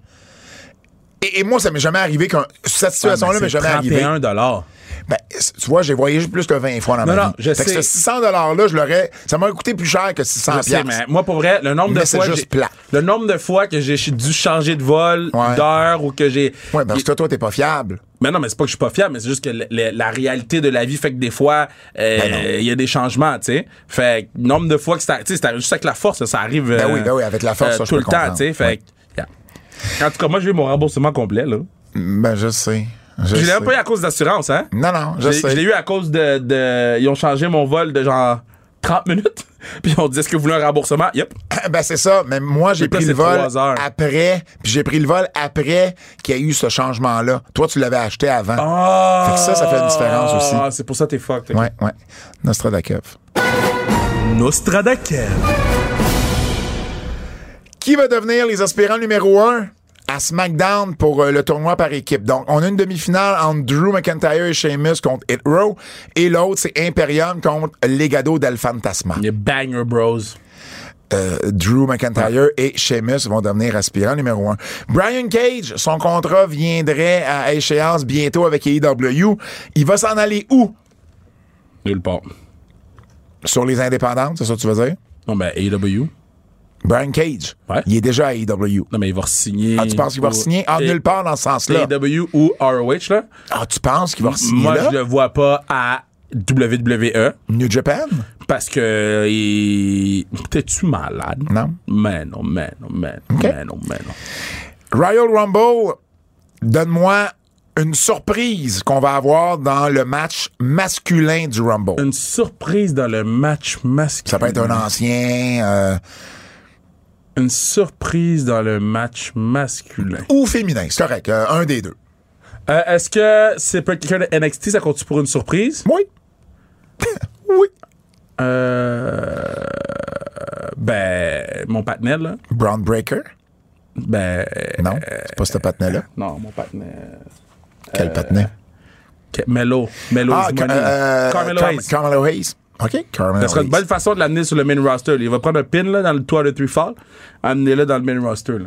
Et, et moi, ça m'est jamais arrivé qu'un cette situation là
Ah, mais
m'est jamais arrivée.
31 dollars.
Ben, c- tu vois, j'ai voyagé plus que 20 fois dans
Non,
ma
non,
vie.
je
fait que
sais.
ce 600 dollars là, je l'aurais ça m'aurait coûté plus cher que 600
Je sais, mais
pièces.
moi, pour vrai, le nombre
Ah, Mais
de
c'est
fois.
juste
j'ai-
plat.
Le nombre de fois que j'ai dû changer de vol,
Ouais.
d'heure ou que j'ai.
Ouais, ben parce que toi, t'es pas fiable.
Mais non, mais c'est pas que je suis pas fiable, mais c'est juste que le- le- la réalité de la vie fait que des fois, euh, il
Ben non.
y a des changements, tu sais. Fait que nombre de fois que c'est, tu sais, c'est juste avec la force, ça arrive. euh,
Ben oui, ben oui, avec la force, ça, je
Tout
peux
le temps,
comprendre.
tu sais. Fait
Ouais.
que, yeah. En tout cas, moi, j'ai eu mon remboursement complet, là.
Ben je sais. Je,
Je l'ai
sais.
même pas eu à cause d'assurance, hein?
Non non, je
Je l'ai-
sais.
je l'ai eu à cause de, de- Ils ont changé mon vol de genre 30 minutes. Puis on dit est-ce que vous voulez un remboursement? Yep.
Ben c'est ça, mais moi j'ai
Mais toi,
pris le
c'est
vol
trois heures.
après, puis j'ai pris le vol après qu'il y a eu ce changement là. Toi tu l'avais acheté avant.
Ah!
Fait que ça, ça fait une différence aussi.
Ah, c'est pour ça que t'es fuck.
Ouais, ouais. Nostradakev.
Nostradakel.
Qui va devenir les aspirants numéro un à SmackDown pour euh, le tournoi par équipe? Donc, on a une demi-finale entre Drew McIntyre et Sheamus contre Hit Row, et l'autre, c'est Imperium contre Legado del Fantasma.
Les banger bros.
Euh, Drew McIntyre et Sheamus vont devenir aspirants numéro un. Brian Cage, son contrat viendrait à échéance bientôt avec AEW. Il va s'en aller où?
Nulle part.
Sur les indépendantes, c'est ça que tu veux dire?
Non, ben AW.
Brian Cage,
Ouais.
il est déjà à AEW.
Non, mais il va signer.
Ah, tu penses qu'il va signer? Ah, nulle part dans ce sens-là.
AW ou ROH, là.
Ah, tu penses qu'il va signer
E Moi,
là?
je le vois pas à WWE
New Japan?
parce que. il- T'es-tu malade?
Non.
Mais non, mais non, mais non,
Ok.
mais non, mais non.
Royal Rumble, donne-moi une surprise qu'on va avoir dans le match masculin du Rumble.
Une surprise dans le match masculin.
Ça peut être un ancien euh,
Une surprise dans le match masculin.
ou féminin, c'est correct, euh, un des deux.
Euh, Est-ce que c'est pas quelqu'un de NXT, ça compte pour une surprise?
Oui. oui.
Euh, ben, mon partenaire, là.
Brown Breaker?
Ben,
Non, c'est pas ce patinet-là.
non, mon partenaire.
Quel
Euh,
patinet?
Ke- Melo. Melo
Ah,
is
Ca-
money.
euh,
Carmelo
Car-
Hayes.
Carmelo Hayes. OK, Carmelo
Ça serait une
Hayes.
bonne façon de l'amener sur le main roster. là. Il va prendre un pin là, dans le toit de Three Fall, amener-le dans le main roster. Là.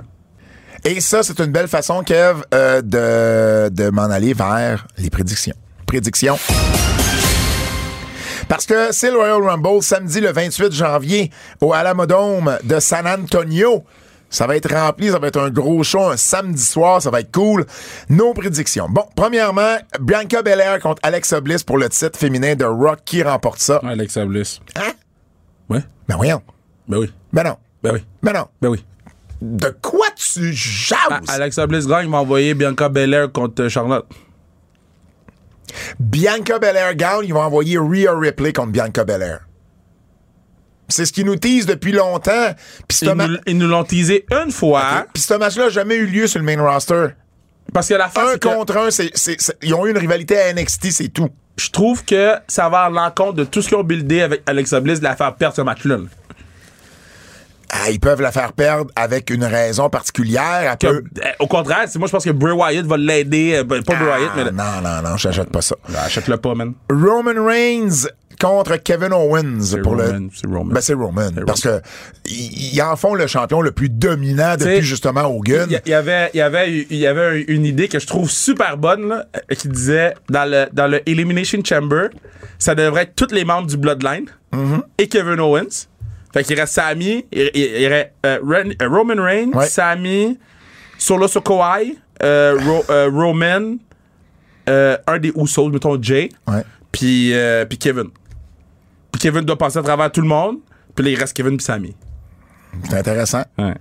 Et ça, c'est une belle façon, Kev, euh, de, de m'en aller vers les prédictions. Prédictions. Parce que c'est le Royal Rumble samedi le 28 janvier au Alamodome de San Antonio. Ça va être rempli, ça va être un gros show, un samedi soir, ça va être cool. Nos prédictions. Bon, premièrement, Bianca Belair contre Alexa Bliss pour le titre féminin de Rock qui remporte ça.
Alexa Bliss.
Hein?
Ouais.
Ben voyons.
Ben oui.
Ben non.
Ben oui.
Ben non.
Ben oui.
De quoi tu
Ah,
jases?
Alexa Bliss gagne, il m'a envoyé Bianca Belair contre euh, Charlotte.
Bianca Belair gagne, ils vont envoyer Rhea Ripley contre Bianca Belair. C'est ce qu'ils nous disent depuis longtemps. Puis ce
Ils
ma-
nous- Hein? ils nous l'ont teasé une fois.
puis ce match-là n'a jamais eu lieu sur le main roster.
Parce que la fin,
Un
Ah, c'est que
contre un, c'est- c'est- c'est- ils ont eu une rivalité à NXT, c'est tout.
je trouve que ça va à l'encontre de tout ce qu'ils ont buildé avec Alexa Bliss de la faire perdre ce match-là. là.
Ah, ils peuvent la faire perdre avec une raison particulière. Elle
Que,
peut-
euh, Au contraire, c'est- moi, je pense que Bray Wyatt va l'aider. euh, ben, pas Bray Wyatt, mais...
Ah, Non, non, non, j'achète pas ça.
Ben, Achète-le pas, man.
Roman Reigns contre Kevin Owens pour
Roman,
le.
c'est Roman.
Ben, c'est Roman. Parce que ils ils en font le champion le plus dominant depuis
T'sais,
justement Hogan.
Il y- il y avait, il y avait, il y avait une idée que je trouve super bonne, là, euh, qui disait dans le, dans le Elimination Chamber, ça devrait être tous les membres du Bloodline
Mm-hmm.
et Kevin Owens. Fait qu'il reste Sami, il, il- il reste euh, Ren- euh, Roman Reigns,
Ouais.
Sami, Solo Sokoai, euh, Ro- euh, Roman, euh, un des Usos, mettons Jay,
Ouais.
puis euh, puis Kevin. Puis Kevin doit passer à travers tout le monde, puis là il reste Kevin puis Sami.
C'est intéressant.
Ouais.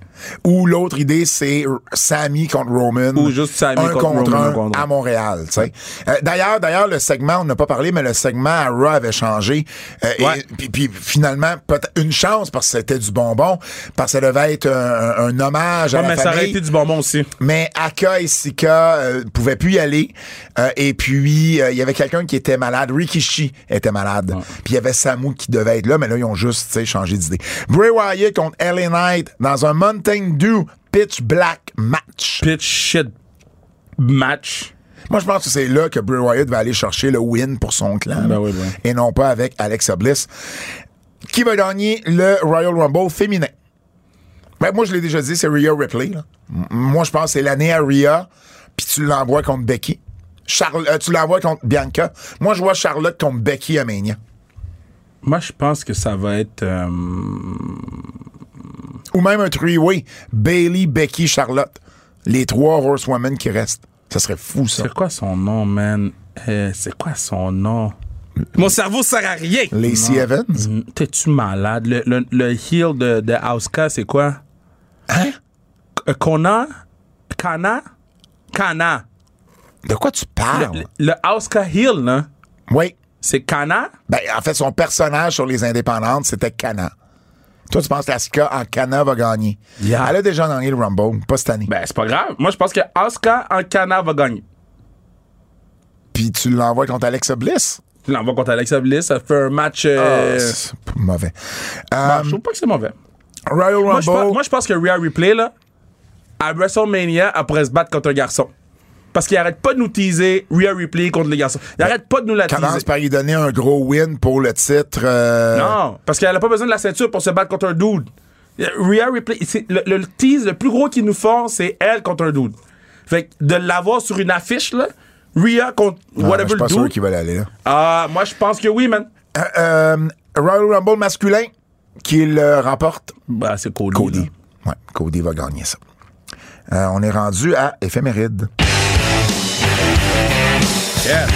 Ou l'autre idée, c'est R- Sammy contre Roman.
Ou juste Sammy
un
contre Roman,
un
un contre un.
à Montréal. tu sais. Euh, d'ailleurs, d'ailleurs, le segment, on n'a pas parlé, mais le segment à Raw avait changé. Euh, et-
Ouais.
puis, puis finalement, peut-être une chance parce que c'était du bonbon, parce que ça devait être un, un hommage à
Ouais,
la
mais ça aurait
famille.
été du bonbon aussi.
Mais Aka et Sika euh, pouvaient plus y aller. Euh, et puis, euh, il y avait quelqu'un qui était malade. Rikishi était malade. Puis, il y avait Samu qui devait être là, mais là, ils ont juste tu sais, changé d'idée. Bray Wyatt contre LA Knight dans un Mountain Dew Pitch Black match.
Pitch shit match.
Moi, je pense que c'est là que Bray Wyatt va aller chercher le win pour son clan.
Ben
là.
oui, ben.
Et non pas avec Alexa Bliss. Qui va gagner le Royal Rumble féminin? Ben, moi, je l'ai déjà dit, c'est Rhea Ripley. là. M- Moi, je pense que c'est l'année à Rhea, puis tu l'envoies contre Becky. Charl- euh, tu l'envoies contre Bianca. Moi, je vois Charlotte contre Becky à Mania.
Moi, je pense que ça va être. euh,
Ou même un three-way. Bailey, Becky, Charlotte. Les trois horsewomen qui restent. Ça serait fou, ça.
c'est quoi son nom, man? Euh, c'est quoi son nom? Mon cerveau sert à rien!
Lacey
Non.
Evans?
Mm, T'es-tu malade? Le, le, le heel de, de Asuka, c'est quoi?
Hein?
Euh, Kona? Kana? Kana.
De quoi tu parles?
Le, le Asuka heel, là,
Oui.
c'est Kana?
Ben, en fait, son personnage sur Les Indépendantes, c'était Kana. Toi, tu penses qu'Asuka en Kana va gagner.
Yeah.
Elle a déjà gagné le Rumble, pas cette année.
Ben, c'est pas grave. Moi, je pense que Asuka en Kana va gagner.
Puis tu l'envoies contre Alexa Bliss.
Tu l'envoies contre Alexa Bliss, ça fait un match. euh,
Ah, c'est p- mauvais.
ben,
Euh,
je trouve pas que c'est mauvais.
Royal
Moi, je
Rumble.
pense- moi, je pense que Rhea Ripley, là, à WrestleMania, elle pourrait se battre contre un garçon. Parce qu'il arrête pas de nous teaser Rhea Ripley contre les garçons. Il arrête pas de nous la
commence
teaser.
par lui donner un gros win pour le titre. euh,
Non, parce qu'elle a pas besoin de la ceinture pour se battre contre un dude. Rhea Ripley, c'est- le, le tease le plus gros qu'ils nous font, c'est elle contre un dude. Fait que de l'avoir sur une affiche, là, Rhea
non,
contre
Ah, mais je
whatever
suis pas
le
sûr
dude.
qu'il va l'aller. là.
Ah, moi, je pense que oui, man.
Euh, euh, Royal Rumble masculin, qu'il remporte.
Bah, c'est Cody. là.
Cody. Ouais, Cody va gagner ça. Euh, on est rendu à Éphéméride.
Yeah.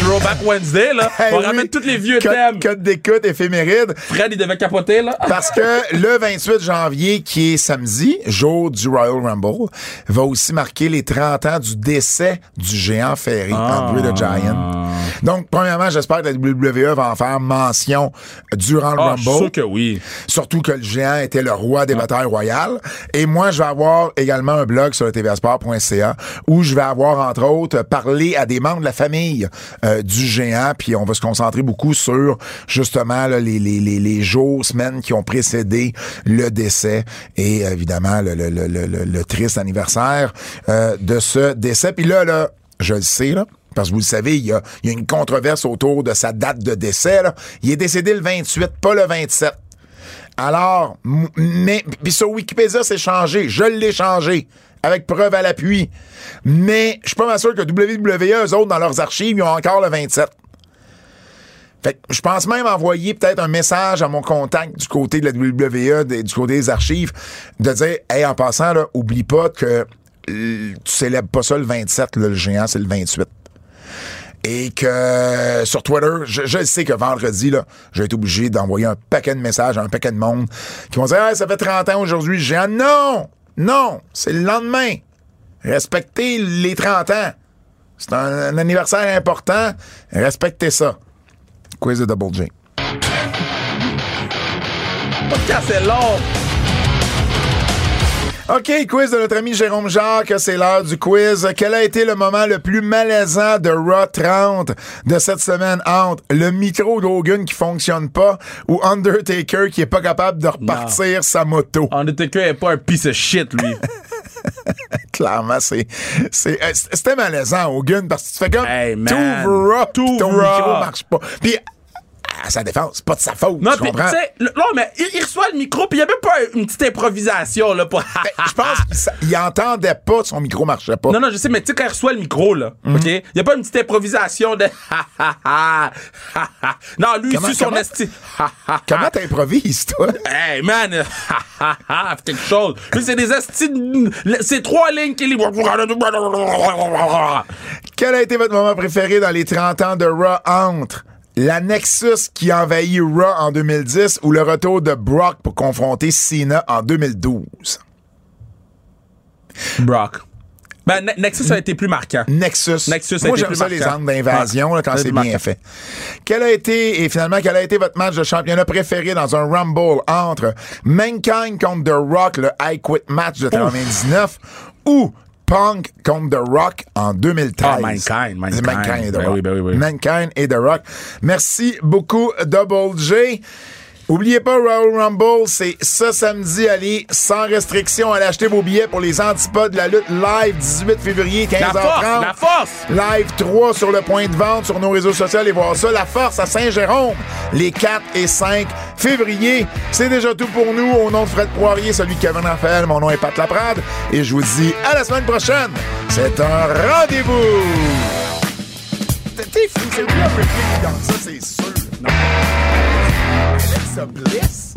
Throwback Wednesday, là.
Hey,
on
oui.
ramène tous les vieux
Code-
thèmes.
Code d'écoute, Éphéméride.
Fred, il devait capoter, là.
Parce que le 28 janvier, qui est samedi, jour du Royal Rumble, va aussi marquer les 30 ans du décès du géant Ferry,
Ah.
André the Giant. Donc, premièrement, j'espère que la WWE va en faire mention durant le
Ah, je suis
Rumble.
sûr que oui.
Surtout que le géant était le roi des batailles royales. Et moi, je vais avoir également un blog sur le tvsport.ca où je vais avoir, entre autres, parlé à des membres de la famille euh, du géant. Puis on va se concentrer beaucoup sur, justement, là, les, les, les, les jours, semaines qui ont précédé le décès et, euh, évidemment, le, le, le, le, le- le triste anniversaire euh, de ce décès. Puis là, là, je le sais, là. Parce que vous le savez, il y a, il y a une controverse autour de sa date de décès. là. Il est décédé le 28, pas le 27. Alors, m- mais puis sur Wikipédia, c'est changé. Je l'ai changé. Avec preuve à l'appui. Mais je suis pas mal sûr que WWE, eux autres, dans leurs archives, ils ont encore le 27. Fait que je pense même envoyer peut-être un message à mon contact du côté de la WWE, des- du côté des archives, de dire Hey, en passant, là, oublie pas que euh, tu célèbres pas ça le 27, là, le géant, c'est le 28. Et que euh, sur Twitter, je, je sais que vendredi, là, je vais être obligé d'envoyer un paquet de messages à un paquet de monde qui vont dire Ah, ça fait 30 ans aujourd'hui, le géant. Non! Non! C'est le lendemain. Respectez les 30 ans. C'est un, un anniversaire important. Respectez ça. Quiz de Double J.
Podcast, c'est long.
OK, quiz de notre ami Jérôme Jacques, c'est l'heure du quiz. Quel a été le moment le plus malaisant de Raw 30 de cette semaine entre le micro d'Hogan qui fonctionne pas ou Undertaker qui est pas capable de repartir sa moto?
Undertaker est pas un piece of shit, lui.
Clairement, c'est, c'est, euh, c'était malaisant, Hogan, parce que tu fais comme,
Hey, man.
t'ouvres Raw, puis
T'ouvres
ton
Raw.
micro marche pas. Puis, à sa défense, c'est pas de sa faute,
non,
tu
pis, tu
comprends?
sais, le- non, mais il, il reçoit le micro, puis il y a même pas une petite improvisation, là, pour.
Ben, Je pense qu'il sa- il entendait pas, son micro marchait pas.
ah, Non, non, je sais, mais tu sais, quand il reçoit le micro, là,
Mhm.
OK? Il n'y a pas une petite improvisation de. ha, ha, ha, ha, ha. non, lui,
Comment-
il suit son
comment-
esti. Ha, ha, ha.
Comment t'improvises, toi?
Hey, man! Ha, ha, ha, fais quelque chose. Lui, c'est des esti. de- C'est trois lignes qu'il lit.
Quel a été votre moment préféré dans les 30 ans de Raw entre la Nexus qui envahit Raw en 2010 ou le retour de Brock pour confronter Cena en 2012?
Brock. Ben, Ne- Nexus a été plus marquant.
Nexus.
Nexus a
Moi,
été
j'aime
plus
ça,
marquant.
les angles d'invasion,
Ouais.
là, quand
Ça a
c'est
été
bien
marquant.
fait. Quel a été, et finalement, quel a été votre match de championnat préféré dans un Rumble entre Mankind contre The Rock, le I Quit match de 99, ou Punk contre The Rock en 2013?
Ah, Mankind, Mankind.
C'est Mankind et The
Ben
Rock.
oui, ben oui, oui.
Mankind et The Rock. Merci beaucoup, Double J. Oubliez pas, Royal Rumble, c'est ce samedi, allez, sans restriction, allez acheter vos billets pour les antipodes de la lutte live, 18 février, 15h30.
La force! La force!
Live 3 sur le point de vente sur nos réseaux sociaux. Allez voir ça. La force à Saint-Jérôme, les 4 et 5 février. C'est déjà tout pour nous. Au nom de Fred Poirier, celui de Kevin Raphaël, mon nom est Pat Laprade. Et je vous dis à la semaine prochaine. C'est un rendez-vous. T'es- T'es fou, c'est lui un peu plus dans ça, c'est sûr. Alexa Bliss.